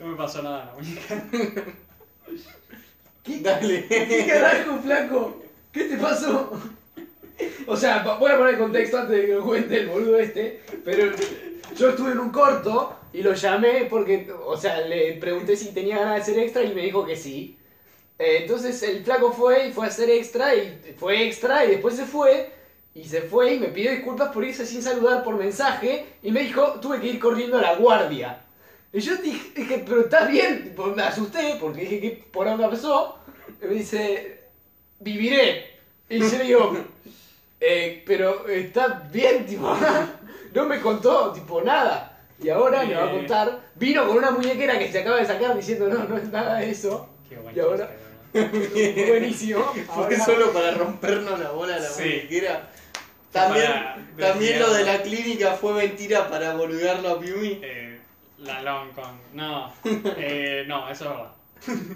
S3: No me pasó nada en la muñeca.
S5: ¿Qué
S1: Dale.
S5: carajo, flaco? ¿Qué te pasó? O sea, pa- voy a poner el contexto antes de que lo cuente el boludo este, pero yo estuve en un corto y lo llamé porque, o sea, le pregunté si tenía ganas de hacer extra y me dijo que sí. Eh, entonces el flaco fue y fue a hacer extra y fue extra y después se fue y se fue y me pidió disculpas por irse sin saludar por mensaje y me dijo, tuve que ir corriendo a la guardia. Y yo dije, dije, pero estás bien, Tipo, me asusté porque dije, ¿qué poronga pasó? Y me dice, viviré. Y yo le digo, "Eh, pero está bien, tipo, no me contó, tipo, nada. Y ahora me va a contar, vino con una muñequera que se acaba de sacar diciendo, no, no es nada de eso.
S3: Qué bueno.
S5: ¿Y ahora? Buenísimo.
S1: Fue
S5: Ahora-
S1: solo para rompernos la bola a la
S3: Sí.
S1: muñequera.
S3: Fue
S1: También,
S3: para
S1: también lo de
S3: desviar.
S1: la clínica fue mentira para boludearlo a Piumi.
S3: Eh, la long con... No, eh, no, eso es verdad.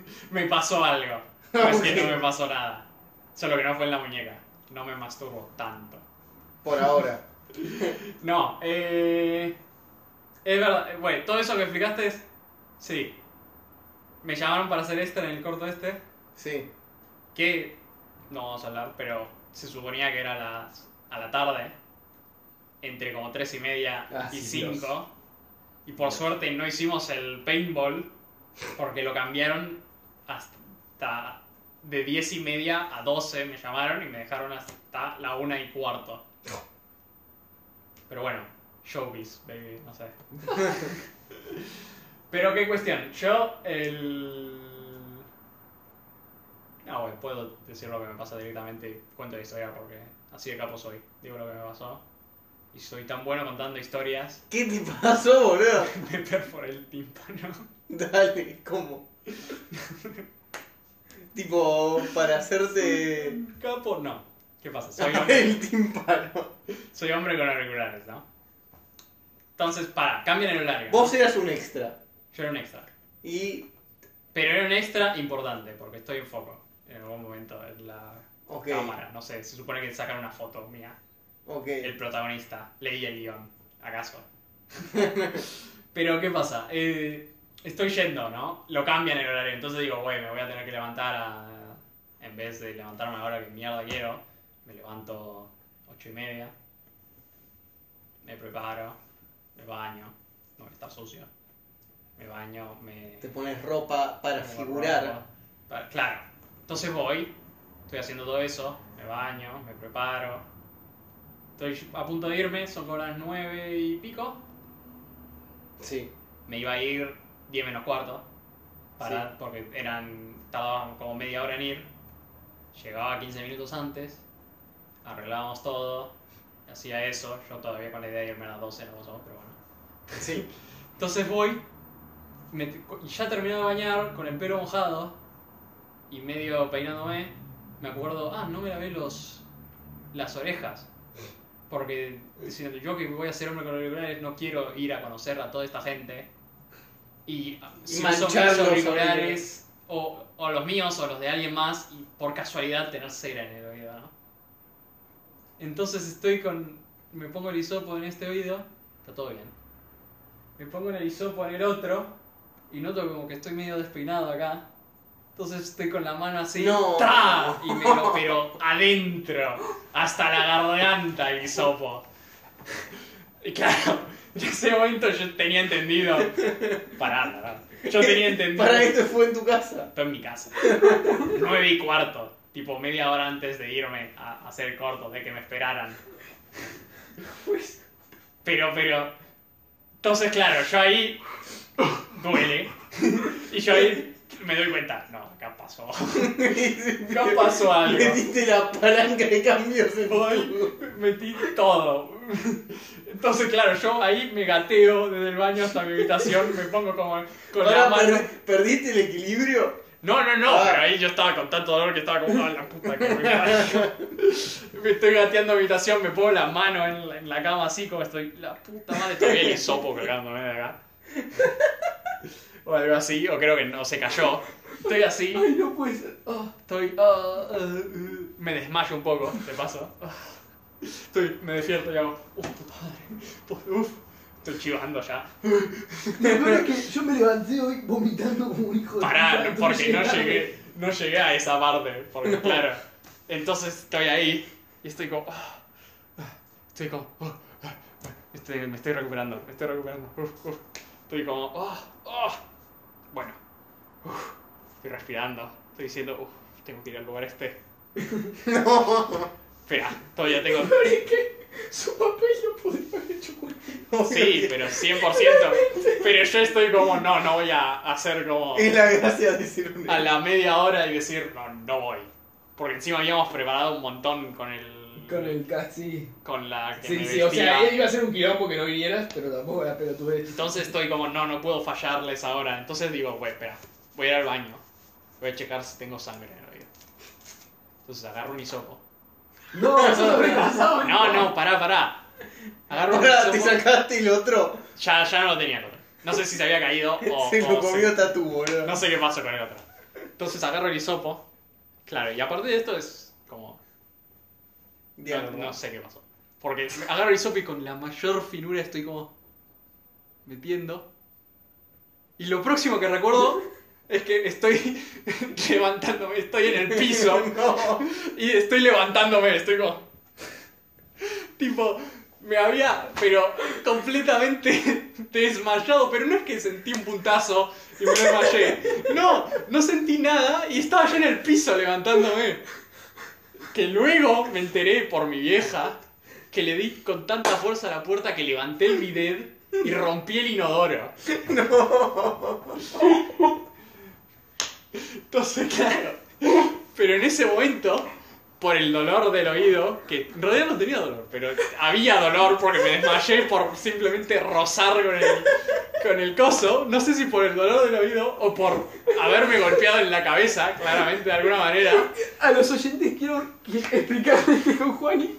S3: Me pasó algo. No es que no me pasó nada. Solo que no fue en la muñeca. No me masturbo tanto.
S1: Por ahora.
S3: No, eh, es verdad, eh, güey, todo eso que explicaste es... Sí. Me llamaron para hacer este en el corto este,
S1: Sí.
S3: que no vamos a hablar, pero se suponía que era a las- a la tarde, entre como tres y media
S5: Ah,
S3: y
S5: sí,
S3: cinco. Y por suerte no hicimos el paintball, porque lo cambiaron hasta de diez y media a doce, me llamaron y me dejaron hasta la una y cuarto. Pero bueno, showbiz, baby, no sé. Pero qué cuestión, yo el... No, Ah, bueno, puedo decir lo que me pasa directamente, y cuento la historia porque así de capo soy, digo lo que me pasó. Y soy tan bueno contando historias,
S1: ¿Qué te pasó, boludo?
S3: me perforé el tímpano.
S1: Dale, ¿cómo? tipo, para hacerte
S3: Capo, no. ¿Qué pasa? Soy hombre,
S1: el tímpano.
S3: soy hombre con auriculares, ¿no? Entonces, para, cambian el horario. ¿no?
S1: Vos eras un extra.
S3: Yo era un extra.
S1: Y.
S3: Pero era un extra importante, porque estoy en foco en algún momento en la
S1: Ok.
S3: cámara. No sé, se supone que sacan una foto mía.
S1: Ok.
S3: El protagonista. Leí el guión. ¿Acaso? Pero, ¿qué pasa? Eh, estoy yendo, ¿no? Lo cambian el horario. Entonces digo, güey, me voy a tener que levantar a... En vez de levantarme a la hora que mierda quiero, me levanto ocho y media. Me preparo. Me baño. No, está sucio. Me baño, me...
S1: Te pones ropa para
S3: Como
S1: figurar.
S3: ropa, para- claro. Entonces voy, estoy haciendo todo eso, me baño, me preparo. Estoy a punto de irme, son como las nueve y pico.
S1: Sí.
S3: Me iba a ir 10 menos cuarto, para, porque eran tardaban como media hora en ir. Llegaba 15 minutos antes, arreglábamos todo, hacía eso. Yo todavía con la idea de irme a las 12, no pasó, pero bueno.
S1: Sí.
S3: Entonces voy, me t- y ya terminé de bañar, con el pelo mojado y medio peinándome, me acuerdo, ah, no me lavé los, las orejas. Porque diciendo, yo que voy a ser hombre con auriculares no quiero ir a conocer a toda esta gente y, ah, si uso mis
S1: manchar los
S3: auriculares o, o los míos o los de alguien más y por casualidad tener cera en el oído, ¿no? Entonces estoy con... me pongo el hisopo en este oído, está todo bien. Me pongo en el hisopo en el otro y noto como que estoy medio despeinado acá. Entonces estoy con la mano así,
S1: No.
S3: ¡tra! y me lo pero adentro, hasta la garganta el hisopo. Y claro, en ese momento yo tenía entendido. Pará, pará. Yo tenía entendido.
S1: Para esto fue en tu casa.
S3: Estoy en mi casa. Nueve y cuarto. Tipo media hora antes de irme a a hacer corto, de que me esperaran. Pero, pero. Entonces, claro, yo ahí. Duele. Y yo ahí Me doy cuenta, no, acá pasó.
S1: No
S3: Acá pasó algo.
S1: Metiste la palanca de cambios en
S3: Voy,
S1: tu...
S3: metí todo. Entonces, claro, yo ahí me gateo desde el baño hasta mi habitación, me pongo como con
S1: Pará,
S3: la mano.
S1: per- ¿Perdiste el equilibrio?
S3: No, no, no,
S1: Ah.
S3: pero ahí yo estaba con tanto dolor que estaba como, "Ah, la puta que me parió". Me estoy gateando habitación, me pongo la mano en la, en la cama así como estoy, la puta madre, todavía el hisopo colgándome de acá. O algo así, o creo que no, se cayó. Estoy así,
S2: Ay, no puede ser. Ah.
S3: estoy, ah, ah, uh, me desmayo un poco, te paso. Ah. Estoy, me despierto y hago, uff, puta madre, uff, estoy chivando ya.
S2: Me acuerdo que yo me levanté hoy vomitando como un hijo de puta,
S3: Pará,
S2: antes de
S3: porque no
S2: llegar.
S3: llegué, no llegué a esa parte, porque claro. Entonces estoy ahí y estoy como. ah, ah, estoy como. ah, ah, ah, estoy- me estoy recuperando, me estoy recuperando. uf, uf. Estoy como. ah, ah. Bueno. uf, estoy respirando. Estoy diciendo, "Uf, tengo que ir al lugar este.
S1: No.
S3: Espera, todavía tengo.
S2: Su papel lo podría haber hecho
S3: Sí, pero 100%. Pero yo estoy como, no, no voy a hacer como.
S1: Es la gracia de ser un...
S3: a la media hora y decir, no, no voy. Porque encima habíamos preparado un montón con el.
S2: con el casi.
S3: con la que me
S2: Sí, sí,
S3: vestía.
S2: o sea, iba a ser un quilombo que no vinieras, pero tampoco la tuve
S3: Entonces estoy como, no, no puedo fallarles ahora. Entonces digo, güey, espera, voy a ir al baño. Voy a checar si tengo sangre en el oído. Entonces agarro un hisopo.
S2: No, eso no me pasaba.
S3: No, no, pará, pará. Agarro un
S1: Pará, te
S3: hisopo.
S1: sacaste el otro.
S3: Ya, ya no lo tenía el otro. No sé si se había caído o.
S1: se
S3: o
S1: lo comió Tatu, boludo.
S3: Oh, No sé qué pasó con el otro. Entonces agarro el hisopo. Claro, y aparte de esto es como. No,
S1: Diablo.
S3: no sé qué pasó. Porque agarro el hisopo y con la mayor finura estoy como metiendo. Y lo próximo que recuerdo es que estoy levantándome, estoy en el piso
S1: No.
S3: y estoy levantándome, estoy como... Tipo, me había, pero completamente desmayado, pero no es que sentí un puntazo y me desmayé. No, no sentí nada y estaba yo en el piso levantándome. Que luego me enteré por mi vieja que le di con tanta fuerza a la puerta que levanté el bidet y rompí el inodoro. Entonces, claro. Pero en ese momento, por el dolor del oído, que en realidad no tenía dolor, pero había dolor porque me desmayé por simplemente rozar con el, con el coso. No sé si por el dolor del oído o por haberme golpeado en la cabeza, claramente de alguna manera.
S2: A los oyentes quiero explicarles que con Juani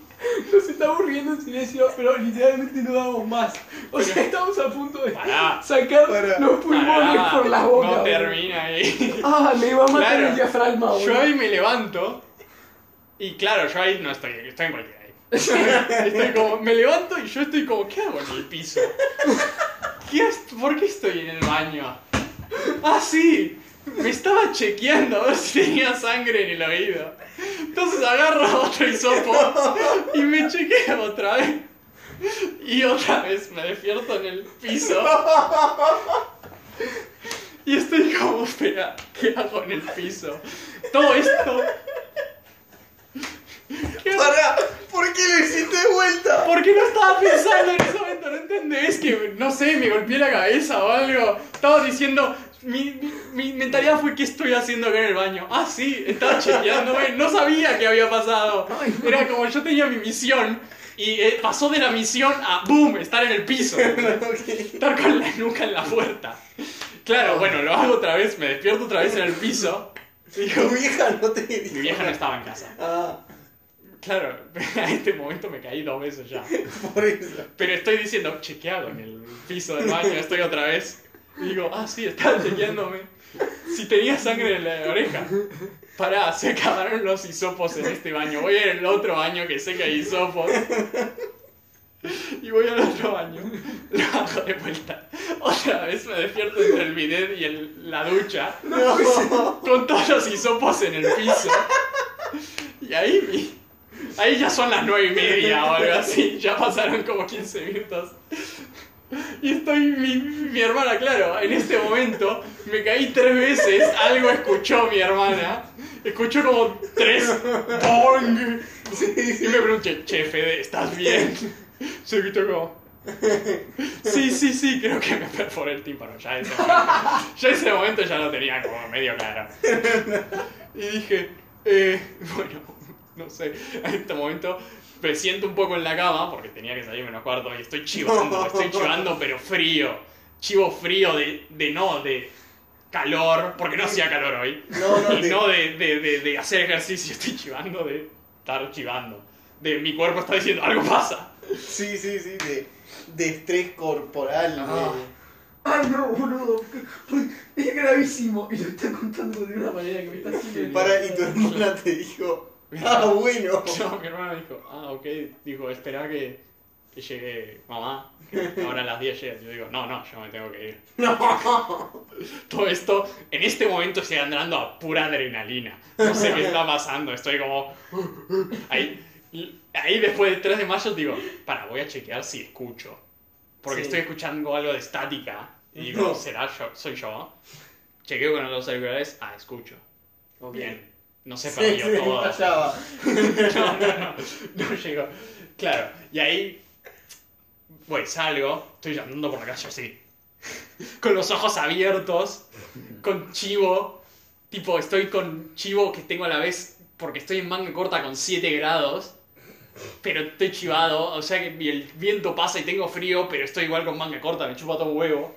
S2: nos estamos riendo en silencio, pero literalmente no damos más. O sea, estamos a punto de
S3: Pará.
S2: sacar
S1: Pará.
S2: los pulmones
S3: Pará,
S2: por la boca.
S3: No
S2: boludo.
S3: termina ahí.
S2: Ah, me va a matar
S3: Claro.
S2: el diafragma, boludo.
S3: Yo ahí me levanto. Y claro, yo ahí no estoy, estoy en cualquiera ahí. Estoy como, me levanto y yo estoy como, ¿qué hago en el piso? ¿Qué has- ¿Por qué estoy en el baño? Ah, sí, me estaba chequeando a ver si tenía sangre en el oído. Entonces agarro otro hisopo y me chequeo otra vez. Y otra vez me despierto en el piso. Y estoy como, espera, ¿qué hago en el piso? Todo esto. ¿Qué hago?
S1: Pará, ¿por qué lo hiciste de vuelta?
S3: ¿Por qué no estaba pensando en ese momento? ¿No entendés que, no sé, me golpeé la cabeza o algo? Estaba diciendo, mi, mi, mi mentalidad fue, ¿qué estoy haciendo acá en el baño? Ah, sí, estaba chequeándome, no sabía qué había pasado. Era como yo tenía mi misión y eh, pasó de la misión a, boom, estar en el piso. Estar con la nuca en la puerta. Claro, bueno, lo hago otra vez, me despierto otra vez en el piso.
S1: Tu vieja no te dijo.
S3: Mi vieja no estaba en casa.
S1: Ah,
S3: Claro, a este momento me caí dos veces ya.
S1: por eso.
S3: Pero estoy diciendo, chequeado en el piso del baño, estoy otra vez. Y digo, ah, sí, estaba chequeándome. Si tenía sangre en la oreja. Pará, se acabaron los hisopos en este baño. Voy al otro baño que sé que hay hisopos. Y voy al otro baño. Lo hago de vuelta. Otra vez me despierto entre el bidet y el- la ducha. Con todos los hisopos en el piso. Y ahí vi. Ahí ya son las nueve y media o algo así. Ya pasaron como 15 minutos. Y estoy, mi, mi hermana, claro, en este momento me caí tres veces. Algo escuchó mi hermana. Escuchó como tres bong. Y me pregunté, che, Fede, ¿estás bien? Se gritó como, Sí, sí, sí, creo que me perforé el tímpano. Ya en ese momento, ya en ese momento ya lo tenía como medio claro. Y dije, eh, bueno, no sé, en este momento me siento un poco en la cama porque tenía que salir menos cuarto y estoy chivando, estoy chivando pero frío. Chivo frío de, de no, de calor, porque no hacía calor hoy.
S1: No, no,
S3: Y
S1: de-
S3: no de, de- de- de hacer ejercicio, estoy chivando de estar chivando. De mi cuerpo está diciendo, algo pasa.
S1: Sí, sí, sí, de, de estrés corporal. de-
S3: Ah.
S2: Ay, no, boludo. Es gravísimo. Y lo está contando de una manera que me está haciendo.
S1: Para, y tu hermana te dijo, ah, bueno.
S3: No, mi hermana dijo, ah, ok, dijo, espera que, que llegue mamá, que ahora a las 10 llegas. Yo digo, no, no, yo me tengo que ir. Todo esto, en este momento estoy andando a pura adrenalina. No sé qué está pasando, estoy como... Ahí, ahí después del 3 de mayo digo, para, voy a chequear si escucho. Porque
S1: Sí.
S3: estoy escuchando algo de estática. Y digo,
S1: No.
S3: ¿será yo? ¿Soy yo? Chequeo con los auriculares, ah, escucho.
S1: Ok.
S3: Bien. No se
S1: Sí,
S3: perdió
S1: sí,
S3: todo.
S1: fallaba.
S3: No, no, no, no llegó. Claro, y ahí, voy, salgo, estoy andando por la calle así, con los ojos abiertos, con chivo, tipo, estoy con chivo que tengo a la vez, porque estoy en manga corta con 7 grados, pero estoy chivado, o sea que y el viento pasa y tengo frío, pero estoy igual con manga corta, me chupa todo un huevo.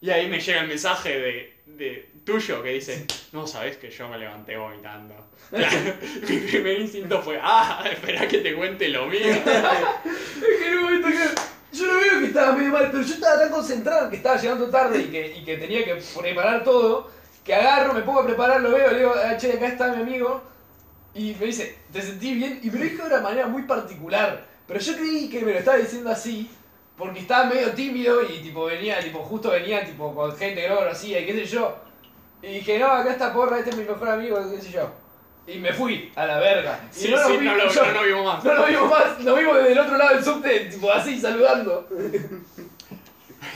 S3: Y ahí me llega el mensaje de, de tuyo que dice, no sabes que yo me levanté vomitando. Mi primer instinto fue, ah, espera que te cuente lo mío.
S2: Es que en un momento que. Yo lo veo que estaba medio mal, pero yo estaba tan concentrado que estaba llegando tarde y que, y que tenía que preparar todo. Que agarro, me pongo a preparar, lo veo, le digo, "Ah, che, acá está mi amigo. Y me dice, ¿te sentís bien? Y me lo dijo de una manera muy particular. Pero yo creí que me lo estaba diciendo así. Porque estaba medio tímido y tipo venía, tipo, justo venía tipo con gente que no conocía y qué sé yo. Y dije, no, acá está porra, este es mi mejor amigo, qué sé yo. Y me fui a la verga. Y
S3: Sí,
S2: no lo
S3: sí,
S2: vi,
S3: no lo,
S2: yo-
S3: no lo vimos más.
S2: no lo vimos más, lo vimos desde el otro lado del subte, tipo así, saludando.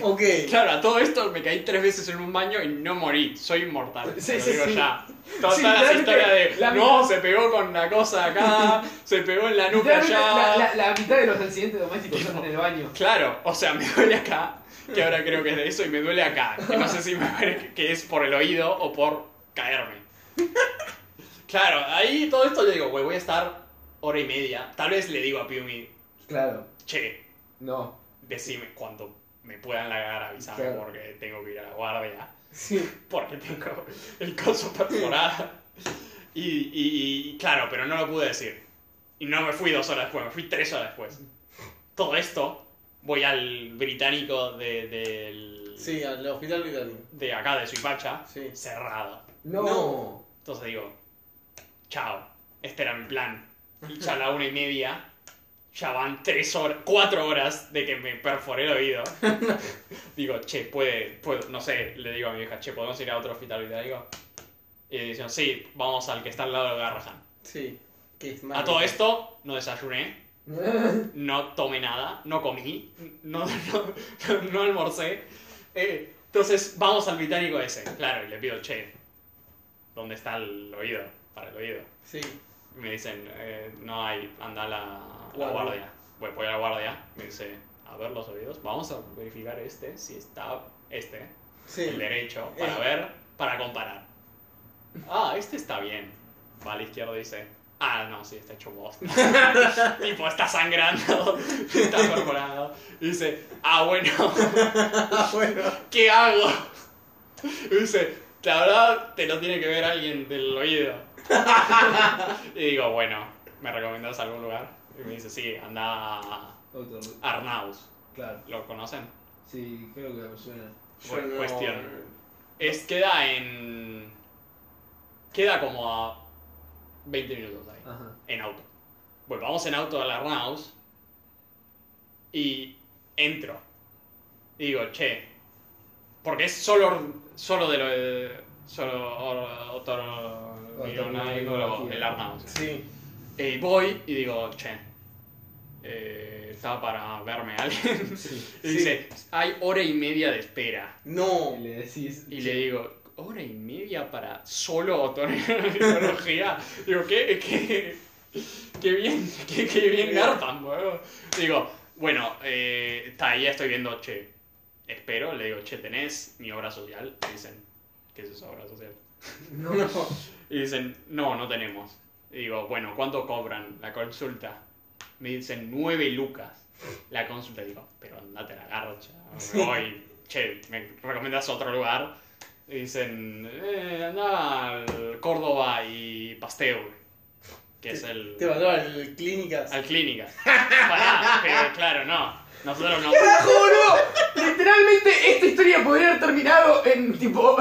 S1: Ok.
S3: Claro, a todo esto me caí tres veces en un baño y no morí. Soy inmortal.
S2: Sí,
S3: te lo
S2: sí,
S3: digo
S2: sí.
S3: ya. Todas
S2: Sí,
S3: las
S2: literalmente,
S3: historias de,
S2: la
S3: no,
S2: mitad-
S3: se pegó con la cosa acá, se pegó en la nuca
S2: Literalmente,
S3: allá.
S2: la, la- la mitad de los accidentes domésticos son en el baño.
S3: Claro, o sea, me duele acá, que ahora creo que es de eso, y me duele acá. que no sé si me duele que es por el oído o por caerme. Claro, ahí todo esto yo digo, güey, voy a estar hora y media. Tal vez le digo a Piumi,
S2: Claro,
S3: che,
S2: no.
S3: decime cuando me puedan lagar, avisame
S2: Claro.
S3: porque tengo que ir a la guardia.
S1: Sí.
S3: Porque tengo el coso perforado. Y, y- y- claro, pero no lo pude decir. Y no me fui dos horas después, me fui tres horas después. Todo esto, voy al británico de, del-
S1: Sí, al hospital británico.
S3: de acá, de Suipacha,
S1: Sí.
S3: cerrado.
S2: No.
S1: No.
S3: Entonces digo, chao, este era mi plan. Y ya a la una y media, ya van tres horas, cuatro horas de que me perforé el oído. digo, che, puede, puedo, no sé, le digo a mi vieja, che, ¿podemos ir a otro hospital británico? Y dicen, sí, vamos al que está al lado de Garrahan.
S1: Sí. Que es
S3: A todo esto, no desayuné, no tomé nada, no comí, no, no, no almorcé. Eh, entonces vamos al británico ese, claro, y le pido, che, ¿dónde está el oído? Para el oído.
S1: Sí.
S3: Y me dicen, eh, no hay, anda a la, a la
S1: Guardia.
S3: guardia. Voy, voy a la guardia, me dice, a ver los oídos, vamos a verificar este, si está este,
S1: Sí.
S3: el derecho, para
S1: Eh.
S3: ver, para comparar. Ah, este está bien. Va a la izquierda y dice, ah, no, sí, está hecho bosta. tipo, está sangrando, está perforado. Y dice, ah, bueno,
S1: Ah, bueno.
S3: ¿qué hago? Y dice, la verdad, te lo tiene que ver alguien del oído. y digo, bueno, ¿me recomendás algún lugar? Y me dice, sí, anda a
S2: Otro,
S3: Arnaus.
S2: claro.
S3: ¿Lo conocen?
S2: Sí, creo que me suena.
S1: Yo
S3: Bu-
S1: no-
S3: Cuestión. Es, queda en. Queda como a 20 minutos ahí,
S2: Ajá.
S3: en auto. Bueno, vamos en auto al Arnaus y entro. Y digo, che, porque es solo, solo de lo de. Solo or- otorrinolaringólogo del Arnaus.
S1: Sí.
S3: Y voy y digo, che, eh, estaba para verme a alguien. y
S1: Sí.
S3: dice, hay hora y media de espera.
S2: Y
S1: No.
S2: le decís.
S3: Y le digo, hora y media para solo otorrinolaringología. digo, ¿qué? ¿Qué? Qué bien, qué, qué bien garpan, weón. Digo, Bueno, eh, está ahí, estoy viendo, che, espero, le digo, che, ¿tenés mi obra social? Y dicen, ¿qué es esa obra social?
S1: No, no.
S3: Y dicen, no, no tenemos. Y digo, bueno, ¿cuánto cobran la consulta? Me dicen, nueve lucas la consulta. Digo, pero andate a la garcha. Me voy, che, ¿me recomendás otro lugar? Y dicen, eh, andá al Córdoba y Pasteur, que es el...
S1: Te mandó al clínicas.
S3: Al clínica. Pará, pero claro, no. Nosotros no.
S2: ¡Carajo, boludo! Literalmente esta historia podría haber terminado en tipo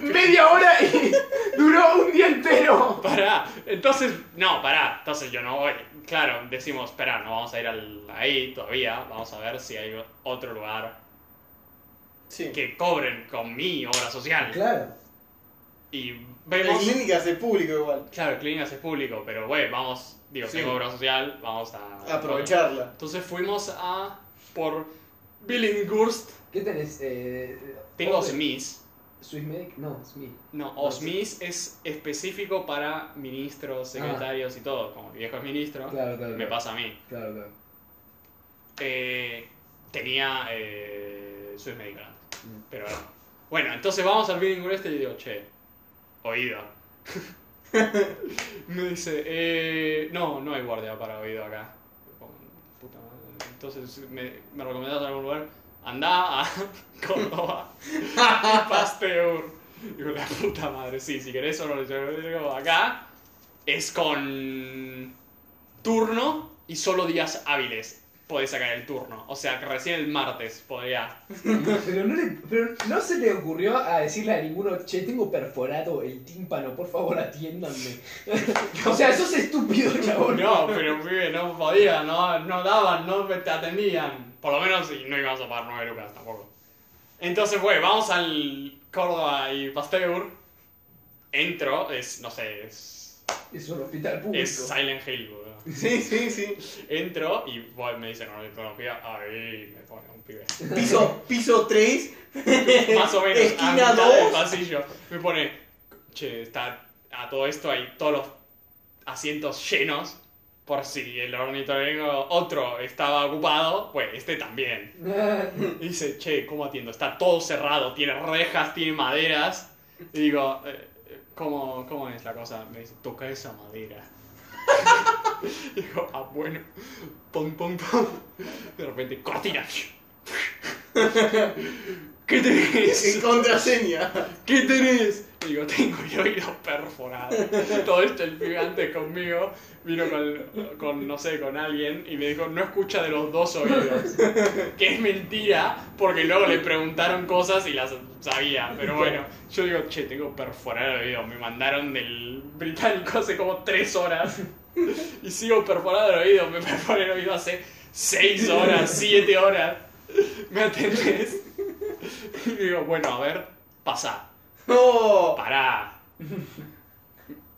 S2: media hora y duró un día entero.
S3: Pará. Entonces, no, pará. Entonces yo no voy. Claro, decimos, pará, no vamos a ir al, ahí todavía. Vamos a ver si hay otro lugar
S1: Sí.
S3: que cobren con mi obra social.
S2: Claro.
S3: Y
S1: El
S3: vemos.
S1: clínicas es público igual.
S3: Claro, clínicas es público, pero güey, vamos. Digo,
S1: Sí.
S3: tengo obra social, vamos a.
S1: Aprovecharla.
S3: Entonces fuimos a. por. Billinghurst.
S2: ¿Qué tenés? Eh,
S3: Tengo
S2: Osme-
S3: Smith.
S2: Swiss Medic? No, Smith.
S3: No, OSMIS es específico para ministros, secretarios y todo. Como mi viejo es ministro,
S2: Ah. Claro, claro.
S3: Ah, me
S2: claro.
S3: pasa a mí.
S2: Claro, claro.
S3: Eh, tenía eh, Swiss Medical antes,
S2: Mm.
S3: pero ahora no. Bueno, entonces vamos al billing este y digo, che, oído. Me dice, eh, no, no hay guardia para oído acá. Como, puta madre. Entonces, ¿me, me recomendás algún lugar? Andá a Córdoba. y Pasteur. Digo, la puta madre, sí, si querés solo yo digo, acá es con turno y solo días hábiles podés sacar el turno. O sea, que recién el martes podría.
S2: Pero no, le- pero no se le ocurrió a decirle a ninguno, che, tengo perforado el tímpano, por favor atiéndanme. o sea, sos estúpido, chabón.
S3: No, pero pibe, no podía, no, no daban, no te atendían. Por lo menos y no íbamos a pagar 9 lucas tampoco. Entonces, güey, vamos al Córdoba y Pasteur. Entro, es, no sé, es,
S2: Es un hospital público.
S3: es Silent Hill, boludo.
S1: Sí, sí, sí.
S3: Entro y voy- me dicen ornitología, ahí me pone un pibe.
S1: Piso, piso 3.
S3: Más o menos, a
S1: Esquina
S3: mitad del
S1: 2.
S3: pasillo. Me pone, che, está a todo esto, hay todos los asientos llenos. Por si el ornitorrinco otro estaba ocupado, pues este también. Y dice, che, ¿cómo atiendo? Está todo cerrado, tiene rejas, tiene maderas. Y digo, eh, ¿cómo, ¿cómo es la cosa? Me dice, toca esa madera. digo, ah, bueno. Pum, pum, pum. De repente, cortina. ¿Qué tenés?
S1: En contraseña.
S3: ¿Qué tenés? Le digo, tengo el oído perforado. Todo esto el gigante conmigo vino con, con, no sé, con alguien y me dijo, no escucha de los dos oídos. Que es mentira, porque luego le preguntaron cosas y las sabía. Pero bueno, yo digo, che, tengo perforado el oído. Me mandaron del británico hace como tres horas y sigo perforado el oído. Me perforé el oído hace seis horas, siete horas. ¿Me atendés? Y digo, bueno, a ver, pasa.
S1: No.
S3: Pará.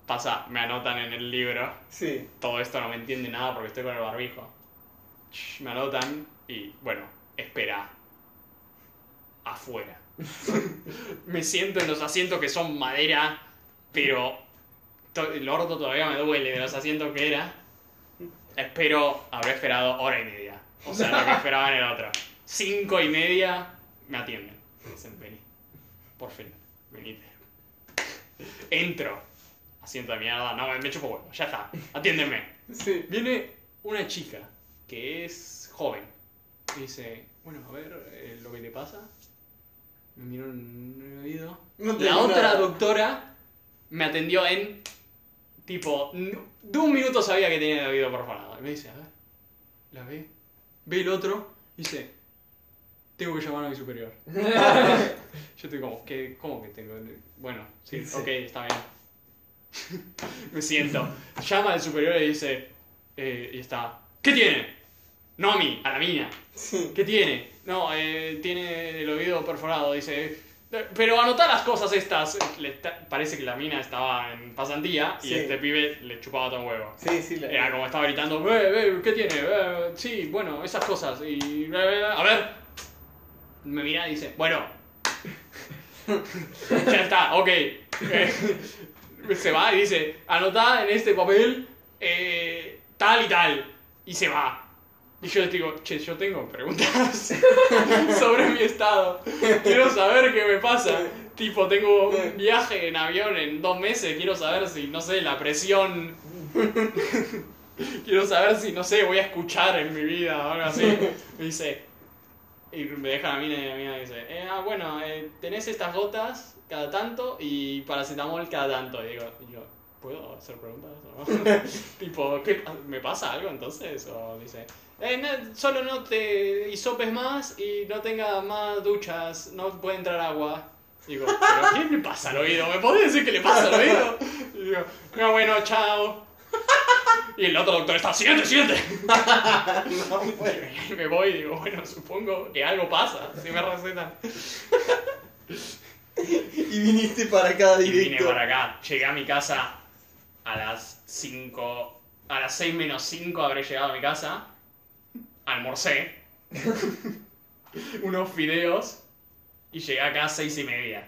S3: Pasa, me anotan en el libro.
S1: Sí.
S3: Todo esto no me entiende nada porque estoy con el barbijo. Shh, Me anotan y, bueno, espera. Afuera. me siento en los asientos que son madera, pero to- el orto todavía me duele de los asientos que era. Espero, habré esperado hora y media. O sea, lo que esperaba en el otro. Cinco y media me atienden. Dicen, vení. Por fin, venite. Entro. Asiento de mierda, no, me chupo huevo, ya está. Atiéndeme.
S1: Sí.
S3: Viene una chica que es joven. Y dice, bueno, a ver eh, lo que te pasa. Me miró en el oído.
S1: No te
S3: La
S1: digo
S3: otra
S1: nada.
S3: doctora me atendió en, tipo, n- de un minuto sabía que tenía el oído perforado. Y me dice, a ver, la ve, ve el otro, y dice, tengo que llamar a mi superior. Yo estoy como, ¿qué, ¿cómo que tengo? Bueno, sí,
S2: Sí.
S3: ok, está bien. me siento. Llama al superior y dice, eh, y está, ¿qué tiene? No a mí, a la mina.
S1: Sí.
S3: ¿Qué tiene? No, eh, tiene el oído perforado, dice. Pero anotá las cosas estas. Le está- parece que la mina estaba en pasantía y
S1: Sí.
S3: este pibe le chupaba todo un huevo.
S1: Sí, sí. la-
S3: Era como estaba gritando, "Eh, eh, ¿qué tiene? Eh, sí, bueno, esas cosas. Y. eh, eh, a ver. Me mira y dice, bueno. ya está, ok. Eh, se va y dice, anotá en este papel eh, tal y tal. Y se va. Y yo les digo, che, yo tengo preguntas sobre mi estado. Quiero saber qué me pasa. Tipo, tengo un viaje en avión en dos meses. Quiero saber si, no sé, la presión. Quiero saber si, no sé, voy a escuchar en mi vida o algo así. Me dice, y me deja a mí y la mina dice, eh, ah, bueno, eh, tenés estas gotas cada tanto y paracetamol cada tanto. Y digo, y yo, ¿puedo hacer preguntas? ¿O- tipo, ¿qué, pa- ¿me pasa algo entonces? O dice, eh, no, solo no te hisopes más y no tengas más duchas, no puede entrar agua. Digo, ¿pero qué le pasa al oído? ¿Me podés decir qué le pasa al oído? Y digo, no, bueno, chao. Y el otro doctor está, siguiente, siguiente.
S1: No, pues. bueno.
S3: Y me voy y digo, bueno, supongo que algo pasa si me recetan.
S1: Y viniste para acá
S3: Y vine
S1: directo.
S3: para acá, llegué a mi casa a las 5, a las 6 menos 5 habré llegado a mi casa, almorcé unos fideos y llegué acá a 6 y media.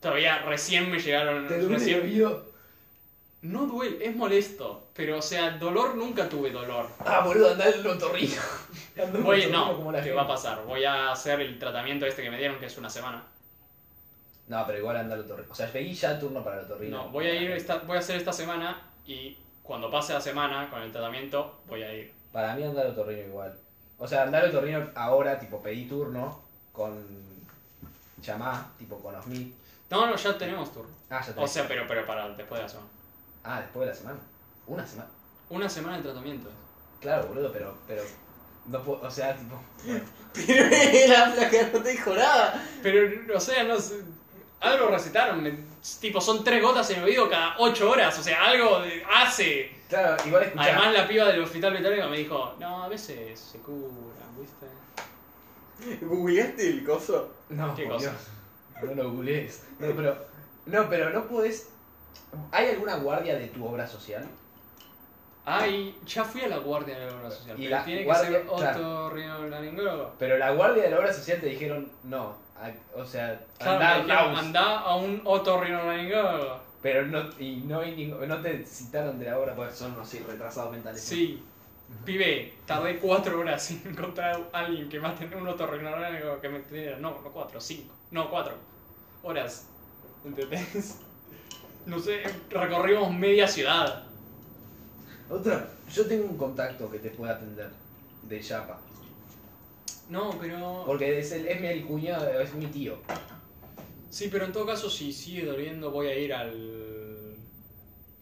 S3: Todavía recién me llegaron...
S2: ¿Te durmió el
S3: recién-
S2: oído?
S3: No duele, es molesto, pero o sea, dolor nunca tuve dolor.
S2: Ah, boludo, andá al otorrino. Andá al
S3: Voy,
S2: otorrino
S3: no,
S2: como la
S3: ¿qué
S2: gente.
S3: va a pasar? Voy a hacer el tratamiento este que me dieron, que es una semana.
S2: No, pero igual anda al otorrino. O sea, pedí ya turno para el otorrino.
S3: No, voy a ir, esta- voy a hacer esta semana y cuando pase la semana con el tratamiento voy a ir.
S2: Para mí andar al otorrino igual. O sea, andar al otorrino ahora, tipo, pedí turno con llamá, tipo, con Osmi.
S3: No, no, ya tenemos turno.
S2: Ah, ya te
S3: O sea, pero, pero para después de la semana.
S2: Ah, después de la semana. Una semana.
S3: Una semana de tratamiento.
S2: Claro, boludo, pero, pero, no puedo, o sea, tipo, bueno.
S1: Pero la placa no te dijo nada.
S3: Pero, o sea, no sé, algo recetaron. me- tipo, son tres gotas en el oído cada ocho horas. O sea, algo de- hace.
S2: Claro, igual escuchá.
S3: Además, la piba del hospital británico me dijo, no, a veces se curan, ¿viste?
S1: ¿Googleaste el coso?
S2: no,
S3: ¿Qué
S2: por
S3: cosa?
S2: Dios, no lo googlees. No, pero, no, pero no podés, ¿hay alguna guardia de tu obra social?
S3: Ay, ya fui a la guardia de la obra social.
S2: Y
S3: pero
S2: la
S3: tiene que
S2: guardia-
S3: ser otorrinolaringólogo.
S2: Pero la guardia de la obra social te dijeron, no, a- o sea,
S3: Claro,
S2: andá
S3: me dijeron,
S2: Laus.
S3: andá a un otorrinolaringólogo.
S2: Pero no, y no, hay ningún- no te citaron de la obra porque son, no sé, retrasados mentales.
S3: Sí. Pibe, tardé cuatro horas en encontrar a alguien que más tenía un otorrinolaringólogo que me entendiera. No, no cuatro, cinco. No, cuatro horas. ¿Entendés? No sé, recorrimos media ciudad.
S2: Otra, yo tengo un contacto que te puede atender, de Yapa.
S3: No, pero...
S2: Porque es, el, es mi cuñado, es mi tío.
S3: Sí, pero en todo caso, si sigue doliendo, voy a ir al...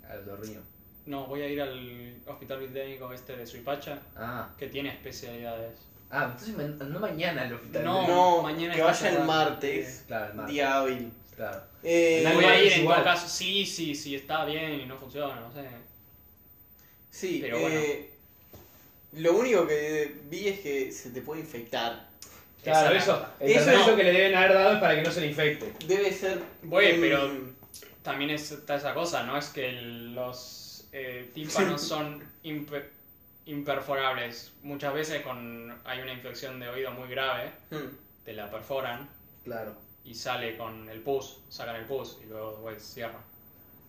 S2: Al Torrino.
S3: No, voy a ir al hospital británico este de Suipacha,
S2: Ah,
S3: que tiene especialidades.
S2: ah, entonces ma- no mañana al hospital.
S3: No,
S1: No,
S3: mañana
S1: que
S3: está
S1: vaya el
S3: cerrado.
S1: martes.
S2: Claro, el martes,
S1: Día hábil.
S2: claro.
S1: Eh,
S2: Dale,
S3: voy a ir en
S2: igual.
S3: todo caso. Sí, sí, sí, está bien y no funciona, no sé.
S1: sí,
S3: pero
S1: eh, lo único que vi es que se te puede infectar.
S2: Claro,
S3: Esa
S2: eso,
S3: nota.
S2: el
S1: Eso
S2: tratamiento
S3: no.
S2: que le deben haber dado es para que no se le infecte.
S1: Debe ser.
S3: Güey,
S1: un-
S3: pero- También es- está esa cosa, ¿no? Es que el- los eh, tímpanos son impe- imperforables. Muchas veces con, hay una infección de oído muy grave,
S1: Hmm.
S3: te la perforan
S2: Claro.
S3: y sale con el pus, sacan el pus y luego güey, cierran.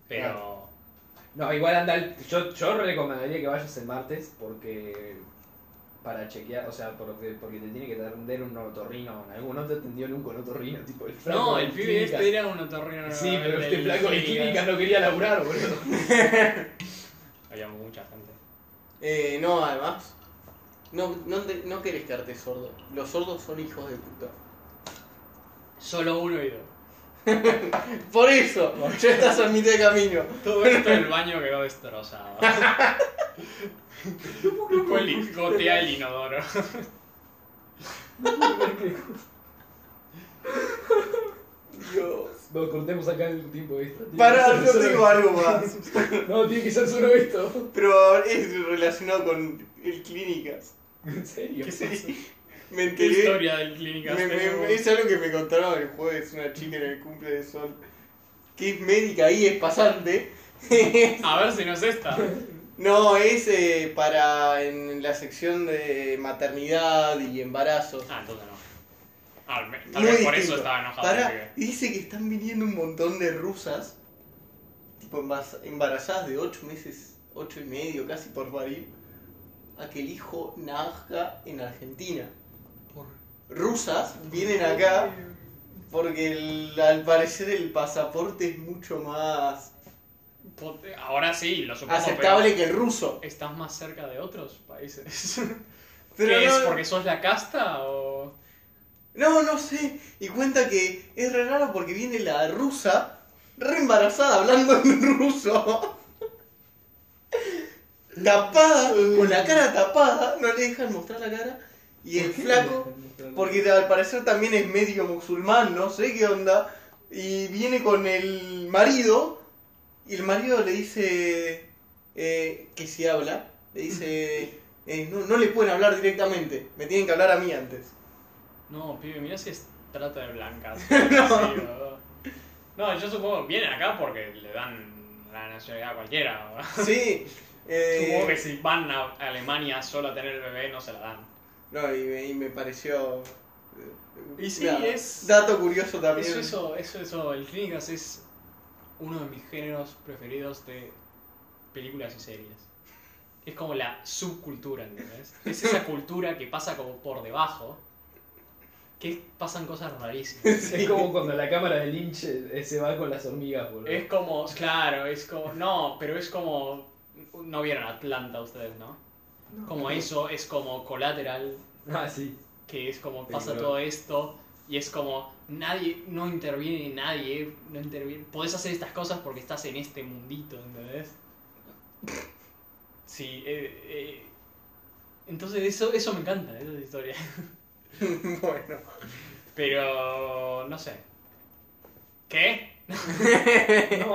S3: Pero
S2: No, igual anda el- yo, yo recomendaría que vayas el martes porque para chequear, o sea, porque, porque te tiene que atender un otorrino, alguno te atendió nunca un otorrino, tipo el flaco.
S3: no, el
S2: del
S3: pibe
S2: Clínicas.
S3: este era un
S1: Ah,
S3: otorrino.
S2: Sí, pero este
S3: del
S2: flaco de
S3: Clínicas.
S2: clínica no quería laburar, boludo.
S3: Había mucha gente.
S1: Eh, no, además. No, no, te- no querés quedarte sordo. Los sordos son hijos de puta.
S3: Solo un oído.
S1: Por eso, ya estás a mitad de camino.
S3: Todo esto el baño quedó destrozado. Fue el- Gotea el inodoro.
S1: Dios.
S2: No, cortemos acá el tiempo extra. Tiene
S1: Pará,
S2: que ser
S1: yo
S2: solo-
S1: tengo algo más.
S2: No, tiene que ser solo esto.
S1: Pero es relacionado con el clínicas.
S2: En serio.
S3: ¿Qué, es
S1: Me
S3: ¿Qué
S1: enteré.
S3: historia del clínica?
S1: Me- me-
S3: tenemos?
S1: me- es algo que me contaron el jueves una chica en el cumple de Sol, que es médica y es pasante.
S3: A ver si no es esta.
S1: no, es eh, para en la sección de maternidad y embarazos.
S3: Ah, entonces no. Ah, me- tal
S1: Muy
S3: vez por eso
S1: distinto.
S3: estaba enojado.
S1: Pará,
S3: porque-
S1: y dice que están viniendo un montón de rusas, tipo embaz- embarazadas de 8 meses, 8 y medio casi por parir, a que el hijo nazca en Argentina.
S3: Por-
S1: Rusas vienen acá porque el- al parecer el pasaporte es mucho más
S3: Pot- Ahora sí, lo supongo.
S1: aceptable que el ruso.
S3: pero ¿Estás más cerca de otros países?
S1: Pero
S3: ¿Qué es?
S1: no-
S3: ¿Porque sos la casta o.?
S1: No, no sé. Y cuenta que es re raro porque viene la rusa re embarazada hablando en ruso. Tapada, con la cara tapada, no le dejan mostrar la cara. Y el flaco, porque al parecer también es medio musulmán, no sé qué onda. Y viene con el marido. Y el marido le dice eh, que si habla, le dice, eh, no, no le pueden hablar directamente, me tienen que hablar a mí antes.
S3: No, pibe, mira si es trata de blancas. no. no, yo supongo que vienen acá porque le dan la nacionalidad a cualquiera. ¿no?
S1: Sí.
S3: Supongo que
S1: Eh,
S3: si van a Alemania solo a tener el bebé no se la dan.
S1: no, y me, y me pareció. eh,
S3: Y sí, es-
S1: Dato curioso también.
S3: Eso, eso, eso, eso. El Clínicas es uno de mis géneros preferidos de películas y series. Es como la subcultura, ¿entendés? Es esa cultura que pasa como por debajo, que pasan cosas rarísimas.
S4: Es como cuando la cámara de Lynch eh, se va con las hormigas, boludo.
S3: Es como, claro, es como, no, pero es como, no vieron Atlanta ustedes, ¿no? Como eso, es como colateral,
S4: Ah, sí.
S3: que es como pasa
S4: Peligroso.
S3: todo esto y es como nadie, no interviene nadie, no interviene, podés hacer estas cosas porque estás en este mundito, ¿entendés? Sí, eh, eh, entonces eso, eso me encanta, esa historia.
S1: bueno.
S3: Pero, no sé. ¿Qué?